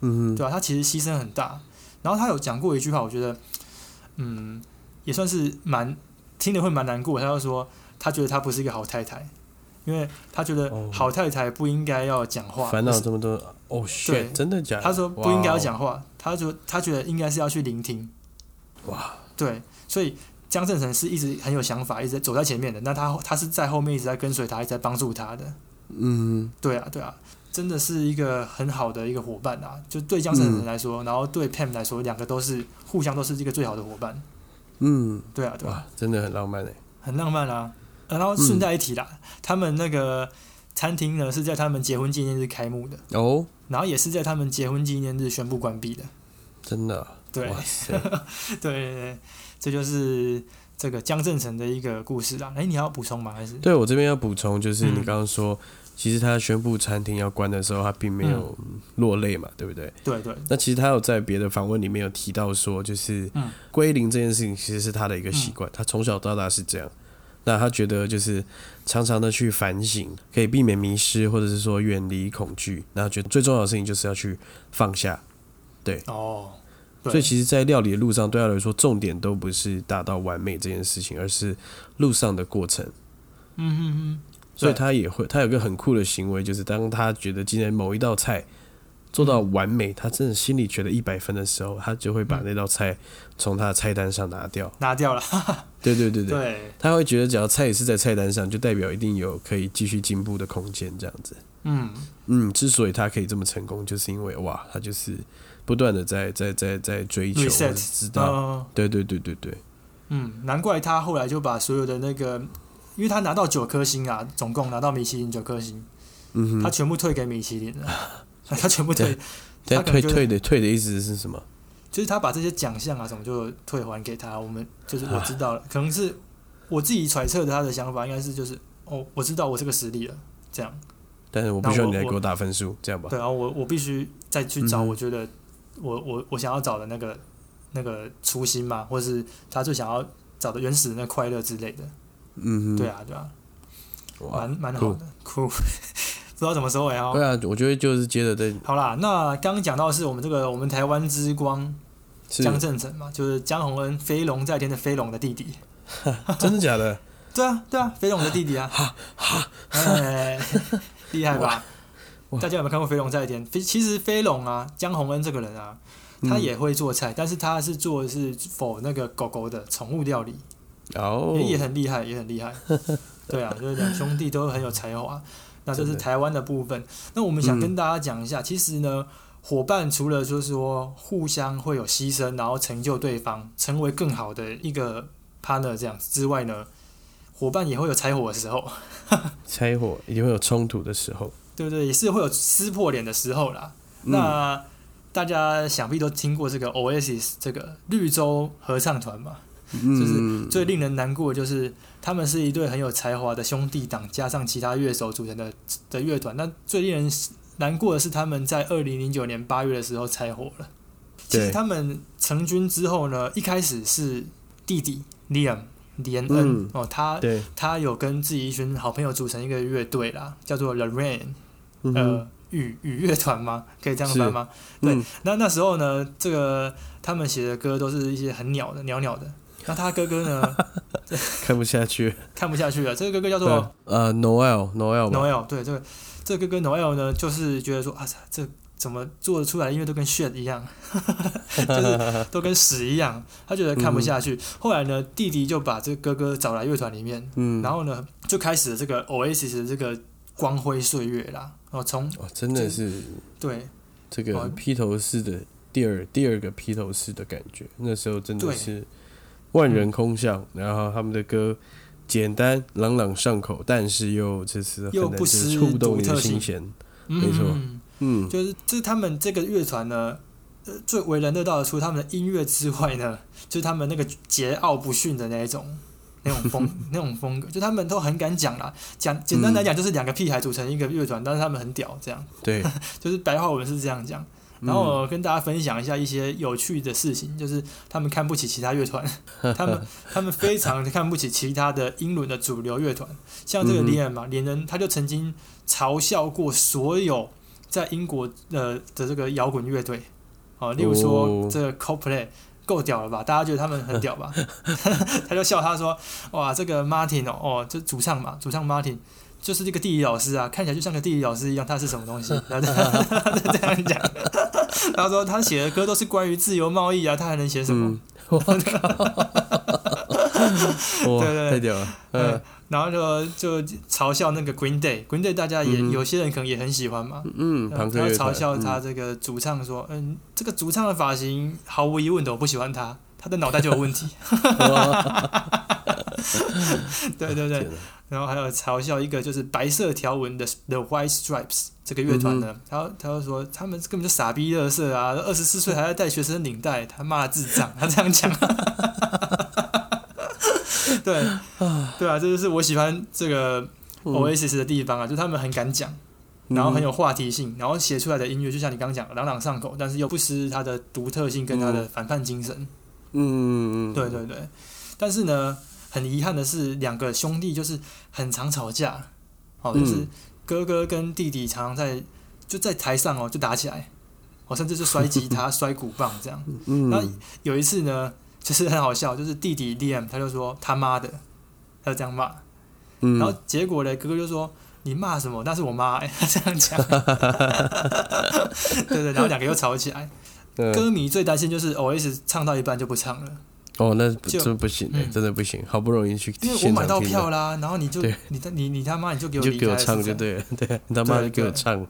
Speaker 1: 嗯哼，
Speaker 2: 对啊，她其实牺牲很大。然后她有讲过一句话，我觉得，嗯，也算是蛮听了会蛮难过。她就说，她觉得她不是一个好太太，因为她觉得
Speaker 1: 哦
Speaker 2: 好太太不应该要讲话，
Speaker 1: 烦
Speaker 2: 不
Speaker 1: 恼
Speaker 2: 是
Speaker 1: 这么多，哦
Speaker 2: 对
Speaker 1: shit，真的假的？
Speaker 2: 他说不应该要
Speaker 1: 哇哦，
Speaker 2: 讲话，他说他觉得应该是要去聆听。
Speaker 1: 哇，
Speaker 2: 对，所以江正成是一直很有想法，一直走在前面的。那他他是在后面一直在跟随他，一直在帮助他的。
Speaker 1: 嗯
Speaker 2: 对啊，对啊，真的是一个很好的一个伙伴啊！就对江正
Speaker 1: 嗯
Speaker 2: 成来说，然后对 Pam 来说，两个都是互相都是一个最好的伙伴。
Speaker 1: 嗯，
Speaker 2: 对啊，对啊，
Speaker 1: 哇，真的很浪漫哎，
Speaker 2: 很浪漫啊。呃然后顺带一提
Speaker 1: 嗯
Speaker 2: 啦，他们那个餐厅呢是在他们结婚纪念日开幕的，
Speaker 1: 哦，
Speaker 2: 然后也是在他们结婚纪念日宣布关闭的。
Speaker 1: 真的啊，
Speaker 2: 对，
Speaker 1: 哇塞，
Speaker 2: 对对对，这就是这个江正成的一个故事啦。哎，你要补充吗？还是
Speaker 1: 对我这边要补充，就是你
Speaker 2: 嗯
Speaker 1: 刚刚说，其实他宣布餐厅要关的时候，他并没有
Speaker 2: 嗯
Speaker 1: 落泪嘛，对不对？
Speaker 2: 对对，
Speaker 1: 那其实他有在别的访问里面有提到说，就是
Speaker 2: 嗯
Speaker 1: 归零这件事情其实是他的一个习惯，他从小到大是这样。那他觉得就是常常的去反省，可以避免迷失，或者是说远离恐惧。那觉得最重要的事情就是要去放下。
Speaker 2: 哦，
Speaker 1: 所以
Speaker 2: 对，
Speaker 1: 其实，在料理的路上，对他来说，重点都不是达到完美这件事情，而是路上的过程。
Speaker 2: 嗯嗯
Speaker 1: 所以他也会，他有个很酷的行为，就是当他觉得今天某一道菜做到完美，他真的心里觉得一百分的时候，他就会把那道菜从他的菜单上拿掉。
Speaker 2: 嗯，拿掉了，
Speaker 1: 对对对对，
Speaker 2: 对，
Speaker 1: 他会觉得只要菜是在菜单上，就代表一定有可以继续进步的空间，这样子。
Speaker 2: 嗯，
Speaker 1: 嗯，之所以他可以这么成功，就是因为哇，他就是不断的在在在在追求，或者
Speaker 2: Reset
Speaker 1: 是知道。
Speaker 2: 哦，
Speaker 1: 对啊对对对对，
Speaker 2: 嗯，难怪他后来就把所有的那个，因为他拿到九颗星啊，总共拿到米其林九颗星，
Speaker 1: 嗯
Speaker 2: 他
Speaker 1: 哼。
Speaker 2: 全部退给米其林 了，他全部退，他
Speaker 1: 但
Speaker 2: 可
Speaker 1: 退
Speaker 2: 能就
Speaker 1: 退的退的意思是什么？
Speaker 2: 就是他把这些奖项啊什么就退还给他，我们就是我知 道了，可能是我自己揣测的他的想法，应该是就是哦，我知道我这个实力了，这样。
Speaker 1: 但是我不
Speaker 2: 那
Speaker 1: 需要
Speaker 2: 我
Speaker 1: 你来
Speaker 2: 我
Speaker 1: 给我打分数，这样吧
Speaker 2: 对？啊，我我必须再去找
Speaker 1: 嗯哼
Speaker 2: 我觉得我我我想要找的那个那个初心嘛，或是他最想要找的原始的那快乐之类的。
Speaker 1: 嗯哼，
Speaker 2: 对啊，对啊，
Speaker 1: 哇
Speaker 2: 蛮，蛮好的，酷， 不知道怎么收尾哦
Speaker 1: 对。啊，我觉得就是接着再
Speaker 2: 好啦，那刚刚讲到的是我们这个我们台湾之光
Speaker 1: 是
Speaker 2: 江正成嘛，就是江宏恩飞龙在天的飞龙的弟弟。
Speaker 1: 真的假的？
Speaker 2: 对啊，对啊，飞龙的弟 弟啊，哎，厉害吧？
Speaker 1: 哇
Speaker 2: 大家有没有看过《飞龙在天》？其其实飞龙啊，江宏恩这个人啊，
Speaker 1: 嗯
Speaker 2: 他也会做菜，但是他是做的是否那个狗狗的宠物料理，
Speaker 1: 哦，
Speaker 2: 也也很厉害，也很 厉害。对啊，就是两兄弟都很有才华。那这是
Speaker 1: 真的
Speaker 2: 台湾的部分。那我们想
Speaker 1: 嗯
Speaker 2: 跟大家讲一下，其实呢，伙伴除了就是说互相会有牺牲，然后成就对方，成为更好的一个 partner 这样子之外呢，伙伴也会有柴火的时候。
Speaker 1: 拆伙一定会有冲突的时候。
Speaker 2: 对对，也是会有撕破脸的时候啦。
Speaker 1: 嗯
Speaker 2: 那大家想必都听过这个 Oasis 这个绿洲合唱团嘛。
Speaker 1: 嗯，
Speaker 2: 最令人难过的就是他们是一对很有才华的兄弟党，加上其他乐手组成的的乐团。那最令人难过的是，他们在二零零九年八月的时候拆伙了。其实
Speaker 1: 对
Speaker 2: 他们成军之后呢，一开始是弟弟 Liam 连恩、
Speaker 1: 嗯
Speaker 2: 哦，他
Speaker 1: 对，
Speaker 2: 他有跟自己一群好朋友组成一个乐队啦，叫做 The Rain。
Speaker 1: 嗯哼
Speaker 2: 呃雨雨乐团吗？可以这样
Speaker 1: 是
Speaker 2: 翻吗？对
Speaker 1: 嗯
Speaker 2: 那那时候呢，这个他们写的歌都是一些很鸟的鸟鸟的。那他哥哥呢，
Speaker 1: 看不下去。
Speaker 2: 看不下去了。这个哥哥叫
Speaker 1: 对
Speaker 2: 做，
Speaker 1: 呃，Noel Noel 吧，
Speaker 2: Noel，对，这个这个哥哥 Noel 呢，就是觉得说啊，这怎么做得出来的音乐都跟 shit 一样， 就是都跟屎一样，他觉得看不下去。后来呢，弟弟就把这个哥哥找来乐团里面，
Speaker 1: 嗯，
Speaker 2: 然后呢，就开始了这个 Oasis 的这个光辉岁月啦。哦，从
Speaker 1: 哇，真的是
Speaker 2: 对
Speaker 1: 这个
Speaker 2: 哦
Speaker 1: 披头士的第二第二个披头士的感觉，那时候真的
Speaker 2: 对
Speaker 1: 是万人空巷，然后他们的歌。简单朗朗上口，但是又就是很
Speaker 2: 又
Speaker 1: 难
Speaker 2: 不
Speaker 1: 就是
Speaker 2: 失
Speaker 1: 触动
Speaker 2: 独
Speaker 1: 你
Speaker 2: 特
Speaker 1: 的心
Speaker 2: 性
Speaker 1: 弦。
Speaker 2: 嗯
Speaker 1: 没错
Speaker 2: 嗯嗯
Speaker 1: 嗯，
Speaker 2: 就是这他们这个乐团呢，呃，最为人乐道的，除他们的音乐之外呢，就是他们那个桀骜不驯的那一种。那种风那种风格，就他们都很敢讲啦，讲简单来讲就是两个屁孩组成一个乐团，但是他们很屌，这样
Speaker 1: 对，
Speaker 2: 就是白话文是这样讲。
Speaker 1: 嗯
Speaker 2: 然后我跟大家分享一下一些有趣的事情，就是他们看不起其他乐 团，他们他们非常地看不起其他的英伦的主流乐团，像这个
Speaker 1: 嗯哼
Speaker 2: 连人嘛，连人他就曾经嘲笑过所有在英国呃的这个摇滚乐队，哦，例如说
Speaker 1: 哦
Speaker 2: 这个 Coldplay。够屌了吧？大家觉得他们很 屌吧？ 他就笑他说：“哇，这个 Martin 哦，哦，这主唱嘛，主唱 Martin 就是这个地理老师啊，看起来就像个地理老师一样，他是什么 东西？然后他 他就这样讲， 他说他写的歌都是关于自由贸易啊，他还能写什么？
Speaker 1: 嗯，我 靠，哇，
Speaker 2: 对对
Speaker 1: 太屌了，
Speaker 2: 嗯
Speaker 1: 嗯，
Speaker 2: 然后就就嘲笑那个 Green Day，Green Day 大家也、
Speaker 1: 嗯
Speaker 2: 有些人可能也很喜欢嘛，
Speaker 1: 嗯，
Speaker 2: 然后
Speaker 1: 朋克乐团
Speaker 2: 嘲笑呃他
Speaker 1: 嗯
Speaker 2: 这个主唱说，嗯，这个主唱的发型毫无疑问的我不喜欢他，他的脑袋就有问 题。 对对对
Speaker 1: 天，哪啊
Speaker 2: 然后还有嘲笑一个就是白色条纹的 The White Stripes 这个乐团
Speaker 1: 嗯
Speaker 2: 呢，他他就说他们根本就傻逼乐色啊，二十四岁还在戴学生领带，他妈的智障， 他这样讲。对，对啊，这就是我喜欢这个
Speaker 1: 嗯
Speaker 2: Oasis 的地方啊，就他们很敢讲，然后很有话题性，然后写出来的音乐就像你刚刚讲，朗朗上口，但是又不失它的独特性跟它的反叛精神。
Speaker 1: 嗯，嗯嗯，
Speaker 2: 对对对，但是呢，很遗憾的是，两个兄弟就是很常吵架，哦，就是
Speaker 1: 嗯
Speaker 2: 哥哥跟弟弟常常在就在台上哦就打起来，哦，甚至是摔吉 他、摔鼓棒这样。
Speaker 1: 嗯，
Speaker 2: 然后有一次呢，就是很好笑，就是弟弟 DM 他就说他妈的，他就这样骂，
Speaker 1: 嗯，
Speaker 2: 然后结果嘞，哥哥就说：“你骂什么？那是我妈、 欸。”他这 样讲，对对，然后两个又吵起来。
Speaker 1: 嗯
Speaker 2: 歌迷最担心就是 OS 唱到一半就不唱了，
Speaker 1: 哦，那
Speaker 2: 就
Speaker 1: 真不行欸，
Speaker 2: 嗯
Speaker 1: 真的不行，好不容易去
Speaker 2: 因为我
Speaker 1: 现
Speaker 2: 买
Speaker 1: 场
Speaker 2: 到
Speaker 1: 听
Speaker 2: 票啦，然后你就
Speaker 1: 对
Speaker 2: 你他你你他妈你就
Speaker 1: 你
Speaker 2: 给我
Speaker 1: 就
Speaker 2: 离
Speaker 1: 给
Speaker 2: 开
Speaker 1: 我
Speaker 2: 了是
Speaker 1: 唱
Speaker 2: 这
Speaker 1: 就
Speaker 2: 样
Speaker 1: 对了，对 你他妈
Speaker 2: 对
Speaker 1: 就给我
Speaker 2: 对
Speaker 1: 唱，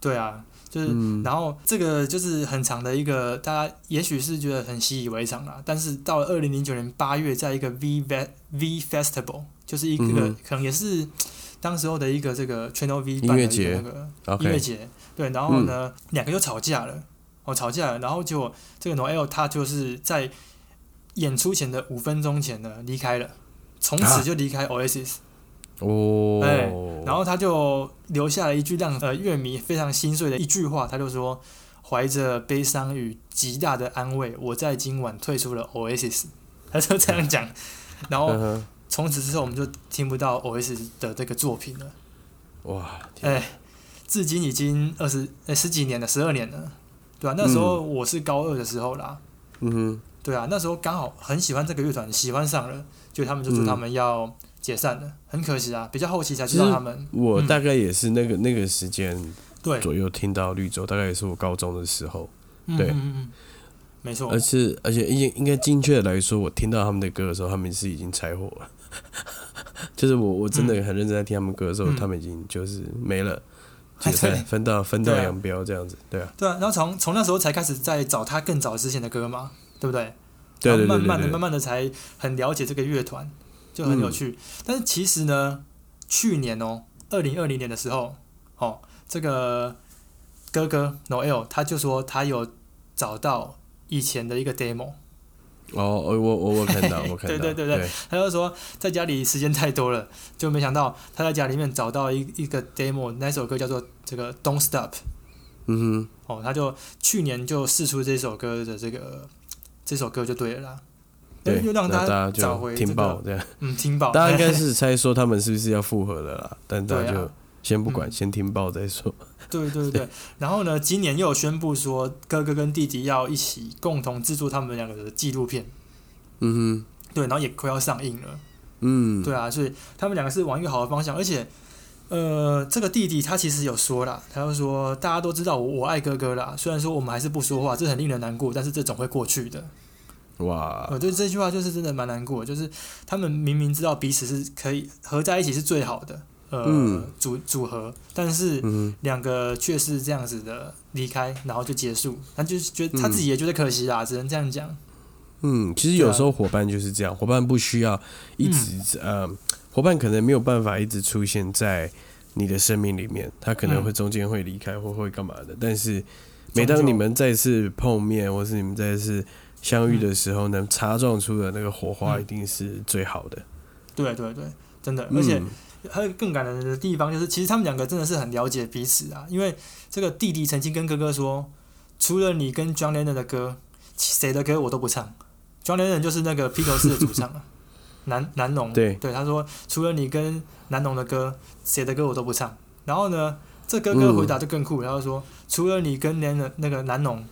Speaker 2: 对啊，就是、
Speaker 1: 嗯
Speaker 2: 然后这个就是很长的一个，大家也许是觉得很习以为常啦，但是到了二零零九年八月，在一个 V Ve- V Festival，就是一个、
Speaker 1: 嗯哼
Speaker 2: 可能也是当时候的一个这个 Channel V
Speaker 1: 音
Speaker 2: 办的
Speaker 1: 乐
Speaker 2: 一
Speaker 1: 节
Speaker 2: 个那个音乐
Speaker 1: ，OK，嗯
Speaker 2: 节，对，然后呢，两、个又吵架了，哦，吵架了，然后结果这个 Noel 他就是在演出前的五分钟前呢离开了，从此
Speaker 1: 啊
Speaker 2: 就离开 Oasis，、
Speaker 1: 哦，
Speaker 2: 哎然后他就留下了一句让呃乐迷非常心碎的一句话，他就说：“怀着悲伤与极大的安慰，我在今晚退出了 Oasis。”他 就这样讲，然后
Speaker 1: 嗯哼
Speaker 2: 从此之后我们就听不到 Oasis 的这个作品了。
Speaker 1: 哇，天
Speaker 2: 哎，至今已经二十哎十几年了，十二年了，对吧、啊那时候我是高二的时候啦，
Speaker 1: 嗯哼，
Speaker 2: 对啊，那时候刚好很喜欢这个乐团，喜欢上了，就他们就说
Speaker 1: 嗯
Speaker 2: 他们要解散了，很可惜啊，比较后期才知
Speaker 1: 其
Speaker 2: 道
Speaker 1: 实
Speaker 2: 他们
Speaker 1: 我
Speaker 2: 嗯
Speaker 1: 大概也是那个那个时间
Speaker 2: 对，
Speaker 1: 左右听到绿洲，大概也是我高中的时候，
Speaker 2: 嗯
Speaker 1: 对呃
Speaker 2: 嗯嗯嗯，没错
Speaker 1: 而，且而且应应该精确的来说，我听到他们的歌的时候，他们是已经拆伙了。 就是我我真的很认真在听他们歌的时候，
Speaker 2: 嗯
Speaker 1: 他们已经就是没了，
Speaker 2: 哎
Speaker 1: 解散
Speaker 2: 对
Speaker 1: 分道分道
Speaker 2: 对啊
Speaker 1: 扬镳这样子，对啊，
Speaker 2: 对啊，然后从从那时候才开始在找他更早之前的歌嘛，对不对？
Speaker 1: 对对
Speaker 2: 然后
Speaker 1: 对
Speaker 2: 慢慢的、
Speaker 1: 对嗯
Speaker 2: 慢
Speaker 1: 对，
Speaker 2: 慢的才很了解这个乐团，就很有趣。但是其实呢，去年哦，二零二零年的时候，哦，这个哥哥 Noel 他就说他有找到以前的一个 demo，
Speaker 1: 哦，哦我我我看到我看到，
Speaker 2: 对对对对
Speaker 1: 对，
Speaker 2: 他就说在家里时间太多了，就没想到他在家里面找到一一个 demo，那首歌叫做这个 Don't Stop。
Speaker 1: 嗯
Speaker 2: 哦，他就去年就试出这首歌的这个这首歌就对了啦，
Speaker 1: 哼，对，
Speaker 2: 哎又让
Speaker 1: 那大家
Speaker 2: 家找
Speaker 1: 就
Speaker 2: 回这
Speaker 1: 听
Speaker 2: 个
Speaker 1: 爆这样，
Speaker 2: 嗯听爆，
Speaker 1: 大家应该 是猜说他们是不是要复合了啦，但大家
Speaker 2: 对啊
Speaker 1: 就先不管，
Speaker 2: 嗯
Speaker 1: 先听爆再说，
Speaker 2: 对对对，然后呢，今年又有宣布说哥哥跟弟弟要一起共同制作他们两个的纪录片，
Speaker 1: 嗯哼，
Speaker 2: 对，然后也快要上映了，
Speaker 1: 嗯，
Speaker 2: 对啊，所以他们两个是往一个好的方向，而且。呃，这个弟弟他其实有说啦，他就说大家都知道我我爱哥哥啦，虽然说我们还是不说话，这很令人难过，但是这总会过去的。
Speaker 1: 哇，
Speaker 2: 呃我对这句话就是真的蛮难过的，就是他们明明知道彼此是可以合在一起是最好的，呃，
Speaker 1: 嗯
Speaker 2: 组组合，但是
Speaker 1: 嗯
Speaker 2: 两个却是这样子的离开，然后就结束，他就是觉得他自己也觉得可惜啦，只能这样讲。
Speaker 1: 嗯，其实
Speaker 2: 对啊嗯
Speaker 1: 有时候伙伴就是这样，伙伴不需要一直、呃，伙伴可能没有办法一直出现在你的生命里面，他可能
Speaker 2: 嗯
Speaker 1: 会中间会离开或会干嘛的，但是每
Speaker 2: 终究
Speaker 1: 当你们再次碰面，或是你们再次相遇的时候，能擦撞出的那个火花
Speaker 2: 嗯
Speaker 1: 一定是最好的。
Speaker 2: 对对对，真的，
Speaker 1: 嗯
Speaker 2: 而且还有更感人的地方就是，其实他们两个真的是很了解彼此啊，因为这个弟弟曾经跟哥哥说，除了你跟 John Lennon 的歌，其谁的歌我都不唱。John Lennon 就是那个披头士的主唱啊， 南南农
Speaker 1: 对
Speaker 2: 他说除了你跟南农的歌，谁的歌我都不唱。然后呢，这哥哥
Speaker 1: 嗯
Speaker 2: 回答就更酷，然后说除了你跟 Lennon 那个南农，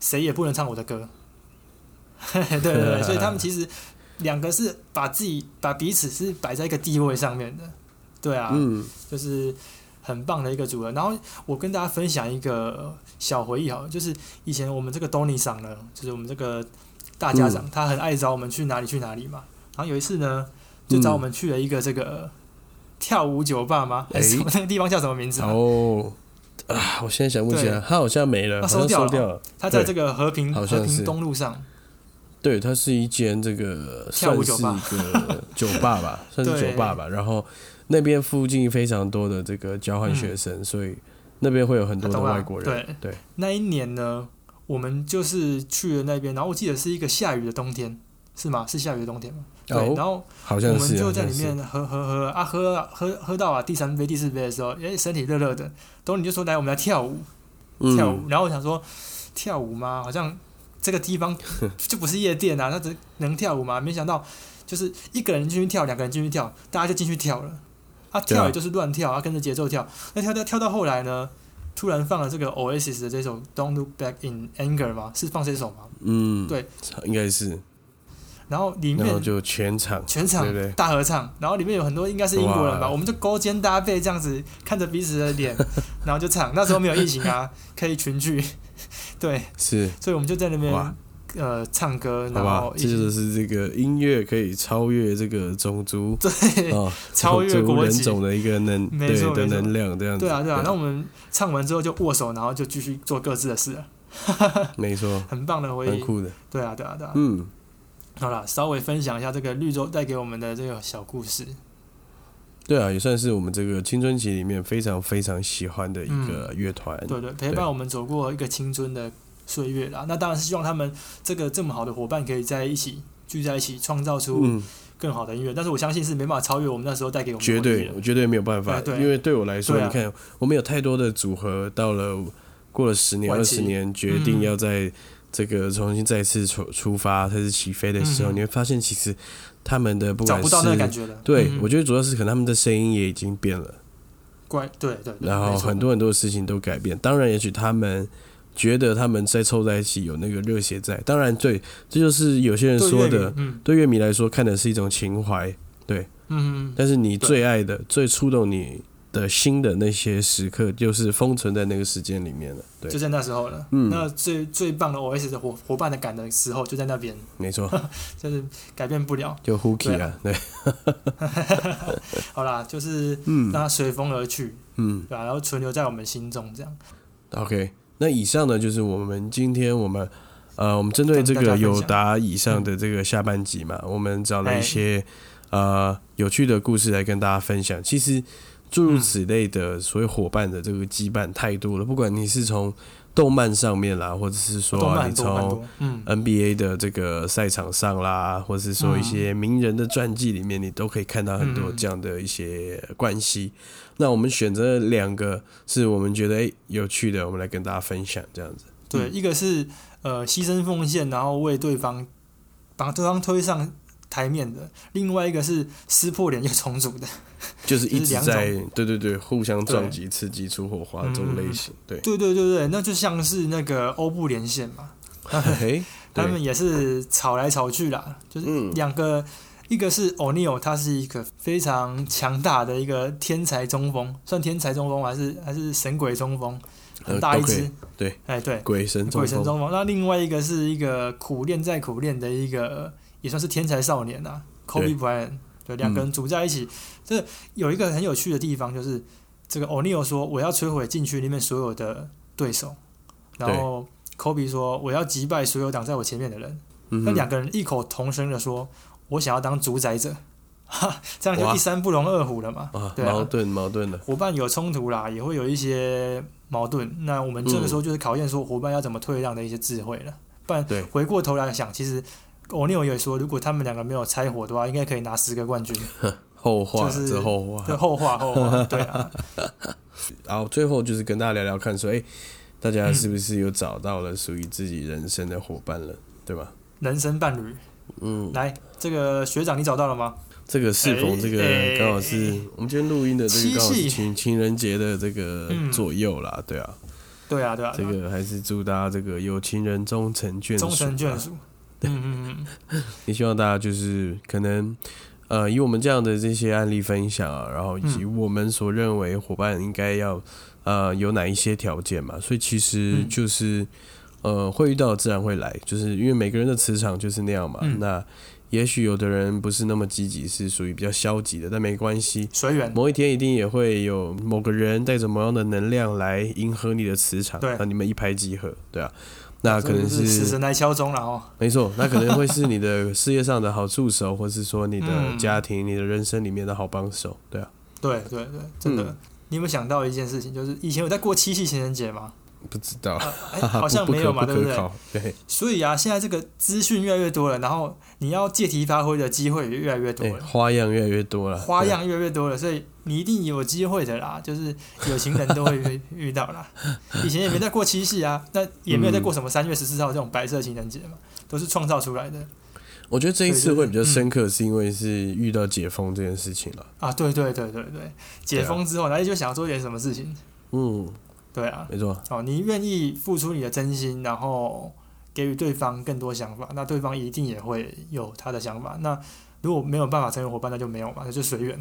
Speaker 2: 谁也不能唱我的歌。 对对对，所以他们其实两个是把自己把彼此是摆在一个地位上面的，对啊，
Speaker 1: 嗯，
Speaker 2: 就是很棒的一个组合。然后我跟大家分享一个小回忆哈，就是以前我们这个 Tony 赏呢，就是我们这个大家长，他很爱找我们去哪里去哪里嘛。然后有一次呢，就找我们去了一个这
Speaker 1: 哎
Speaker 2: 个跳舞酒吧吗？还是什么那个地方叫什么名字啊？
Speaker 1: 哦啊，我现在想不起来，
Speaker 2: 对
Speaker 1: 他好像没了，
Speaker 2: 他
Speaker 1: 好
Speaker 2: 收
Speaker 1: 像
Speaker 2: 掉
Speaker 1: 收
Speaker 2: 了
Speaker 1: 掉了。
Speaker 2: 他在
Speaker 1: 对
Speaker 2: 这个和平
Speaker 1: 好
Speaker 2: 和
Speaker 1: 像是
Speaker 2: 平东路上，
Speaker 1: 对，它是一间这个
Speaker 2: 跳
Speaker 1: 算
Speaker 2: 舞
Speaker 1: 是
Speaker 2: 酒
Speaker 1: 一
Speaker 2: 吧
Speaker 1: 个 酒吧吧，算是
Speaker 2: 对
Speaker 1: 酒吧吧。然后那边附近非常多的这个交换学生，所以那边会有很多的
Speaker 2: 嗯啊懂了
Speaker 1: 外国人。哦
Speaker 2: 对
Speaker 1: 对，
Speaker 2: 那一年呢，我们就是去了那边，然后我记得是一个下雨的冬天，是吗？是下雨的冬天吗？对，
Speaker 1: 哦
Speaker 2: 然后
Speaker 1: 好
Speaker 2: 我
Speaker 1: 像
Speaker 2: 们
Speaker 1: 是
Speaker 2: 就
Speaker 1: 好
Speaker 2: 在
Speaker 1: 像
Speaker 2: 里
Speaker 1: 是
Speaker 2: 面喝喝喝啊喝啊喝喝到啊第三杯第四杯的时候，哎身体热热的，然后你就说来我们来跳舞跳舞，
Speaker 1: 嗯，
Speaker 2: 然后我想说跳舞吗？好像这个 地方就不是夜店啊，那只能跳舞吗？没想到就是一个人进去跳，两个人进去跳，大家就进去跳了，啊
Speaker 1: 对啊
Speaker 2: 跳也就是乱跳啊，跟着节奏跳，那跳到跳到后来呢，突然放了这个 Oasis 的这首 Don't Look Back in Anger 吗？是放这首吗？
Speaker 1: 嗯，
Speaker 2: 对，
Speaker 1: 应该是。
Speaker 2: 然后里
Speaker 1: 然
Speaker 2: 面
Speaker 1: 后就全 场
Speaker 2: 全场
Speaker 1: 对不对
Speaker 2: 大合唱，然后里面有很多应该是英国人吧，
Speaker 1: 哇
Speaker 2: 我们就勾肩搭背这样子看着彼此 的脸，然后就唱。那时候没有疫情啊，可以群聚， 对，
Speaker 1: 是
Speaker 2: 所以我们就在那
Speaker 1: 哇
Speaker 2: 边呃唱歌，
Speaker 1: 好
Speaker 2: 然
Speaker 1: 吧
Speaker 2: 后，一
Speaker 1: 这
Speaker 2: 起
Speaker 1: 就是这个音乐可以超越这个种族
Speaker 2: 对、
Speaker 1: 啊，
Speaker 2: 超越
Speaker 1: 种族
Speaker 2: 国
Speaker 1: 人
Speaker 2: 籍
Speaker 1: 种的一个能
Speaker 2: 没
Speaker 1: 对
Speaker 2: 错
Speaker 1: 的
Speaker 2: 没错
Speaker 1: 能量这样子。
Speaker 2: 对啊对啊。那我们唱完之后就握手，然后就继续做各自的事了，
Speaker 1: 没错，
Speaker 2: 很棒的回
Speaker 1: 蛮
Speaker 2: 忆。
Speaker 1: 酷的。
Speaker 2: 对啊对啊对啊。
Speaker 1: 嗯，
Speaker 2: 好了，稍微分享一下这个绿洲带给我们的这个小故事。
Speaker 1: 对啊，也算是我们这个青春期里面非常非常喜欢的一个乐团。
Speaker 2: 嗯对对，陪伴我们走过一个青春的岁月啦。那当然是希望他们这个这么好的伙伴可以在一起聚在一起，创造出
Speaker 1: 嗯，
Speaker 2: 更好的音乐。但是我相信是没办法超越我们那时候带给我们的
Speaker 1: 绝
Speaker 2: 回忆
Speaker 1: 对，
Speaker 2: 了
Speaker 1: 我绝对没有办法
Speaker 2: 哎，对
Speaker 1: 因为对我来说，
Speaker 2: 对啊
Speaker 1: 你看，我们有太多的组合，到了过了十年、
Speaker 2: 晚
Speaker 1: 二
Speaker 2: 期
Speaker 1: 十年，决定
Speaker 2: 嗯
Speaker 1: 要在这个重新再次出出发、再次起飞的时候，
Speaker 2: 嗯嗯
Speaker 1: 你会发现，其实他们的不
Speaker 2: 找
Speaker 1: 管
Speaker 2: 不到那个感
Speaker 1: 是
Speaker 2: 觉了。
Speaker 1: 对，
Speaker 2: 嗯
Speaker 1: 我觉得主要是可能他们的声音也已经变了，
Speaker 2: 怪对对，对
Speaker 1: 然后
Speaker 2: 没错
Speaker 1: 很多很多事情都改变。当然，也许他们。觉得他们在凑在一起有那个热血在，当然对，这就是有些人
Speaker 2: 对
Speaker 1: 说
Speaker 2: 粤
Speaker 1: 的
Speaker 2: 语，嗯
Speaker 1: 对乐迷来说看的是一种情怀，
Speaker 2: 嗯嗯
Speaker 1: 但是你最爱的、最触动你的心的那些时刻，就是封存在那个时间里面了。
Speaker 2: 嗯，
Speaker 1: 对
Speaker 2: 就，在那时候了。
Speaker 1: 嗯
Speaker 2: 那最最棒的 OS 的伙伙伴的感的时候就在那边，
Speaker 1: 没错，
Speaker 2: 真是改变不了。
Speaker 1: 就 Hooky 啊，对，
Speaker 2: 好啦，就是让
Speaker 1: 嗯
Speaker 2: 它随风而去，
Speaker 1: 嗯
Speaker 2: 对啊吧、然后存留在我们心中这样。
Speaker 1: ，OK。那以上呢，就是我们今天我们呃，我们针对这
Speaker 2: 跟大
Speaker 1: 个
Speaker 2: 家分享嗯哎
Speaker 1: 友达以上的这个下半集嘛，我们找了一些呃有趣的故事来跟大家分享。其实诸
Speaker 2: 嗯
Speaker 1: 如此类的所谓伙伴的这个羁绊太多了，不管你是从动漫上面啦，或者是说
Speaker 2: 动漫
Speaker 1: 啊
Speaker 2: 很
Speaker 1: 你
Speaker 2: 多很
Speaker 1: 从
Speaker 2: 多，嗯，
Speaker 1: NBA 的这个赛场上啦，或是说一些名人的传记里面，你都可以看到很多
Speaker 2: 嗯
Speaker 1: 这样的一些关系。那我们选择了两个是我们觉得诶有趣的，我们来跟大家分享这样子。
Speaker 2: 对，一个是呃牺牲奉献，然后为对方把对方推上台面的；，另外一个是撕破脸又重组的。
Speaker 1: 就是一直
Speaker 2: 就是
Speaker 1: 在
Speaker 2: 两
Speaker 1: 对对对互相撞击、刺激出火花这种类型。 对，
Speaker 2: 对对对对，那就像是那个欧布连线嘛，
Speaker 1: 嘿，
Speaker 2: 他
Speaker 1: 对嗯
Speaker 2: 们也是吵来吵去啦，就是两个，一个是 O'Neal，他是一个非常强大的一个天才中锋，算天才中锋吗还是还是神鬼中锋，很
Speaker 1: 呃
Speaker 2: 大一
Speaker 1: 都可以
Speaker 2: 只，
Speaker 1: 对，
Speaker 2: 哎对，
Speaker 1: 鬼神中
Speaker 2: 鬼神
Speaker 1: 锋，
Speaker 2: 中锋。那另外一个是一个苦练再苦练的一个，也算是天才少年啊
Speaker 1: 对嗯
Speaker 2: ，Kobe Bryant。对，两个人组在一起，这有一个很有趣的地方，就是这个 O'Neal 说我要摧毁禁区里面所有的对手，然后 Kobe 说我要击败所有挡在我前面的人。
Speaker 1: 嗯
Speaker 2: 那
Speaker 1: 哼
Speaker 2: 两个人异口同声的说：“我想要当主宰者。”哈，这样就
Speaker 1: 哇
Speaker 2: 一山不容二虎了嘛。
Speaker 1: 啊，
Speaker 2: 对啊
Speaker 1: 矛盾矛盾的，
Speaker 2: 伙伴有冲突啦，也会有一些矛盾。那我们这个时候就是考验说伙伴要怎么退让的一些智慧了。不然
Speaker 1: 对
Speaker 2: 回过头来想，其实欧尼尔也说，如果他们两个没有拆伙的话，应该可以拿十个冠军。
Speaker 1: 后话
Speaker 2: 就是
Speaker 1: 这后话
Speaker 2: 这。后话后话，对啊，
Speaker 1: 然后最后就是跟大家聊聊看说，哎、大家
Speaker 2: 嗯
Speaker 1: 是不是有找到了属于自己人生的伙伴了，对吧？
Speaker 2: 人生伴侣。
Speaker 1: 嗯，
Speaker 2: 来，这个学长你找到了吗？
Speaker 1: 这个适逢这个
Speaker 2: 哎
Speaker 1: 刚好是我们今天录音的这个刚好
Speaker 2: 七夕
Speaker 1: 是情情人节的这个
Speaker 2: 嗯
Speaker 1: 左右啦，对啊，
Speaker 2: 对啊，对啊，
Speaker 1: 这
Speaker 2: 对啊
Speaker 1: 个还是祝大家这个有情人终成眷属
Speaker 2: 终
Speaker 1: 啊，
Speaker 2: 身眷属。嗯嗯嗯
Speaker 1: 也希望大家就是可能，呃，以我们这样的这些案例分享啊，然后以及
Speaker 2: 嗯
Speaker 1: 我们所认为伙伴应该要呃有哪一些条件嘛，所以其实
Speaker 2: 嗯
Speaker 1: 就是、呃会遇到自然会来，就是因为每个人的磁场就是那样嘛。
Speaker 2: 嗯
Speaker 1: 那也许有的人不是那么积极，是属于比较消极的，但没关系。
Speaker 2: 随缘。
Speaker 1: 某一天一定也会有某个人带着某样的能量来迎合你的磁场，
Speaker 2: 对
Speaker 1: 那你们一拍即合，对啊。那可能
Speaker 2: 这个死神来敲钟了哦。
Speaker 1: 没错，那可能会是你 的事业上的好助手，或是说你的
Speaker 2: 嗯
Speaker 1: 家庭、你的人生里面的好帮手，对啊，
Speaker 2: 对对对，
Speaker 1: 嗯
Speaker 2: 真的。你有没有想到一件事情，就是以前有在过七夕情人节吗？
Speaker 1: 不知道，
Speaker 2: 啊哎、
Speaker 1: 哈哈
Speaker 2: 好像
Speaker 1: 不
Speaker 2: 没有嘛，
Speaker 1: 不
Speaker 2: 对
Speaker 1: 可不可
Speaker 2: 对？
Speaker 1: 考，对，
Speaker 2: 所以啊，现在这个资讯越来越多了，然后你要借题发挥的机会也越来越多
Speaker 1: 哎、
Speaker 2: 了，
Speaker 1: 花样越来越多啊了，
Speaker 2: 花样越来越多了，所以你一定有机会的啦。就是有情人都会遇遇到啦。以前也没在过七夕啊，那也没有在过什么三月十四号这种白色情人节嘛，都是创造出来的
Speaker 1: 对。我觉得这一次会比较
Speaker 2: 嗯
Speaker 1: 深刻，是因为是遇到解封这件事情了，
Speaker 2: 啊。对对对对对，解封之后，然后就想做点什么事情，
Speaker 1: 嗯，
Speaker 2: 对啊。
Speaker 1: 没错，
Speaker 2: 哦，你愿意付出你的真心，然后给予对方更多想法，那对方一定也会有他的想法。那如果没有办法成为伙伴，那就没有嘛，那就随缘，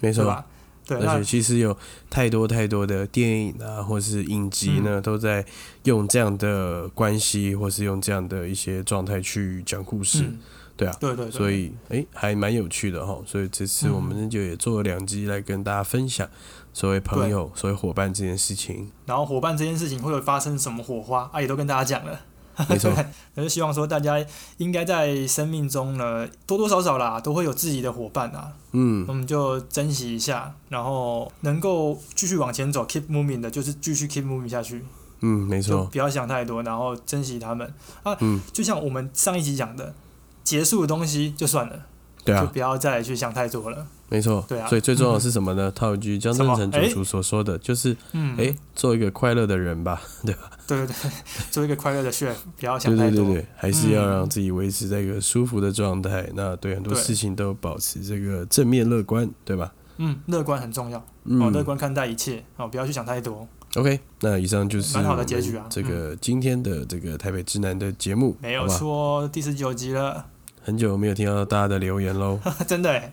Speaker 1: 没
Speaker 2: 对
Speaker 1: 错，
Speaker 2: 吧？对，
Speaker 1: 而
Speaker 2: 那
Speaker 1: 且其实有太多太多的电影啊，或是影集呢，
Speaker 2: 嗯
Speaker 1: 都在用这样的关系，或是用这样的一些状态去讲故事，
Speaker 2: 嗯，
Speaker 1: 对啊。
Speaker 2: 对对对，
Speaker 1: 所以哎、诶还蛮有趣的哈。所以这次我们就也做了两集来跟大家分享所谓朋友、所谓伙伴这件事情。
Speaker 2: 然后伙伴这件事情会有发生什么火花啊，也都跟大家讲了。
Speaker 1: 没错，
Speaker 2: 那就希望说大家应该在生命中呢，多多少少啦，都会有自己的伙伴啊，
Speaker 1: 嗯
Speaker 2: 我，们就珍惜一下，然后能够继续往前走，keep moving 的，就是继续 keep moving 下去。
Speaker 1: 嗯，没
Speaker 2: 就
Speaker 1: 错，
Speaker 2: 不要想太多，然后珍惜他们啊。
Speaker 1: 嗯
Speaker 2: 就像我们上一集讲的，结束的东西就算了，
Speaker 1: 对
Speaker 2: 就
Speaker 1: 啊，
Speaker 2: 不要再去想太多了。
Speaker 1: 没错，
Speaker 2: 对啊
Speaker 1: 所以最重要的是什 么呢？套一句江振成主厨所说的，就是
Speaker 2: 嗯，
Speaker 1: 哎、诶做一个快乐的人吧，对吧？
Speaker 2: 对对对， 做一个快乐的 chef，不要
Speaker 1: 对
Speaker 2: 想太
Speaker 1: 对
Speaker 2: 多。
Speaker 1: 对对，还是要
Speaker 2: 嗯
Speaker 1: 让自己维持在一个舒服的状态。那对很多
Speaker 2: 对
Speaker 1: 事情都保持这个正面乐观，对吧？
Speaker 2: 嗯，乐观很重要，哦，乐
Speaker 1: 嗯
Speaker 2: 观看待一切，哦，不要去想太多。
Speaker 1: ，OK，那以上就是
Speaker 2: 蛮好的结局啊
Speaker 1: 我们这个今天的这个台北直男的节目，
Speaker 2: 没
Speaker 1: 好
Speaker 2: 有
Speaker 1: 吧
Speaker 2: 错，第十九集了，
Speaker 1: 很久没有听到大家的留言喽。
Speaker 2: 真的欸，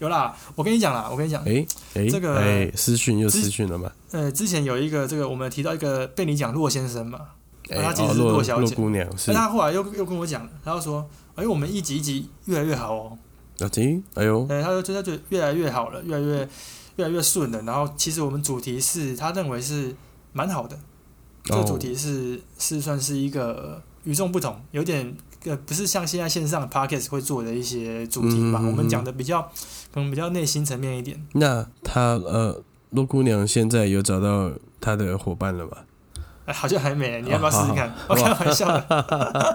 Speaker 2: 有啦，我跟你讲啦，我跟你讲，
Speaker 1: 哎哎，
Speaker 2: 这个
Speaker 1: 哎私讯又
Speaker 2: 之
Speaker 1: 私讯了嘛？
Speaker 2: 呃，之前有一个这个我们提到一个被你讲骆先生嘛，
Speaker 1: 哎，
Speaker 2: 他啊其实
Speaker 1: 哦
Speaker 2: 是
Speaker 1: 洛
Speaker 2: 洛小
Speaker 1: 洛
Speaker 2: 姐哎
Speaker 1: 姑娘是
Speaker 2: 那他后来又又跟我讲，他就说，哎，我们一集一集越来越好哦，
Speaker 1: 老金，哎呦，
Speaker 2: 对，他就就他觉得越来越好了，越来越越来越顺了。然后其实我们主题是他认为是蛮好的，这个
Speaker 1: 哦
Speaker 2: 主题是、是算是一个与众不同，有点呃不是像现在线上 podcast 会做的一些主题吧。
Speaker 1: 嗯嗯嗯
Speaker 2: 我们讲的比较可能比较内心层面一点，
Speaker 1: 那她呃，洛姑娘现在有找到她的伙伴了吗？
Speaker 2: 哎，好像还没，你要不要试试看？
Speaker 1: 好
Speaker 2: 我开玩笑的。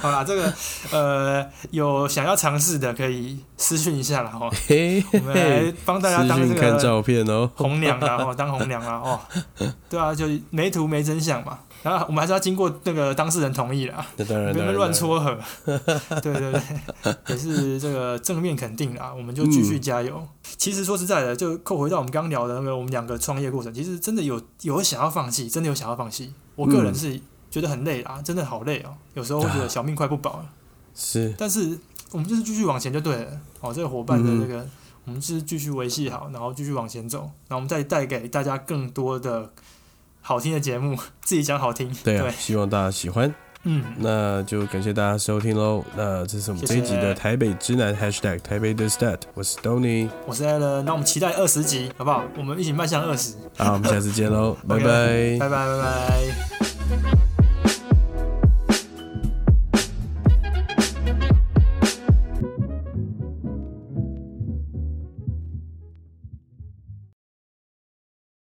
Speaker 2: 好啦，这个呃有想要尝试的可以私讯一下啦哈，
Speaker 1: 嘿
Speaker 2: 我
Speaker 1: 嘿
Speaker 2: 们来
Speaker 1: 嘿，
Speaker 2: 帮大家
Speaker 1: 私
Speaker 2: 当这
Speaker 1: 讯看
Speaker 2: 个
Speaker 1: 照片哦。
Speaker 2: 红娘啦，哦，当红娘啦，哦，对啊，就没图没真相嘛。然后我们还是要经过那个当事人同意啦，
Speaker 1: 那当
Speaker 2: 不
Speaker 1: 然，当
Speaker 2: 能
Speaker 1: 然
Speaker 2: 乱。撮合。 对对对，也是这个正面肯定啦，我们就继续加油。其实说实在的，就扣回到我们刚聊的那个我们两个创业过程，其实真的有有想要放弃，真的有想要放弃。我个人
Speaker 1: 嗯
Speaker 2: 是觉得很累啊，真的好累哦，有时候会觉得小命快不保了。
Speaker 1: 是，
Speaker 2: 但是我们就是继续往前就对了。哦，这个伙
Speaker 1: 嗯
Speaker 2: 伴的这个，我们就是继续维系好，然后继续往前走，然后我们再带给大家更多的好听的节目，自己讲好听。
Speaker 1: 对啊，希望大家喜欢。
Speaker 2: 嗯，
Speaker 1: 那就感谢大家收听喽。那这是我们这一集
Speaker 2: 谢谢
Speaker 1: 的台北直男 Hashtag 台北的 Stat，我是 Tony，
Speaker 2: 我是 a l n 那我们期待二十集，好不好？我们一起迈向二十。
Speaker 1: 好，我们下次见喽，拜
Speaker 2: OK，
Speaker 1: 拜
Speaker 2: 拜拜拜拜。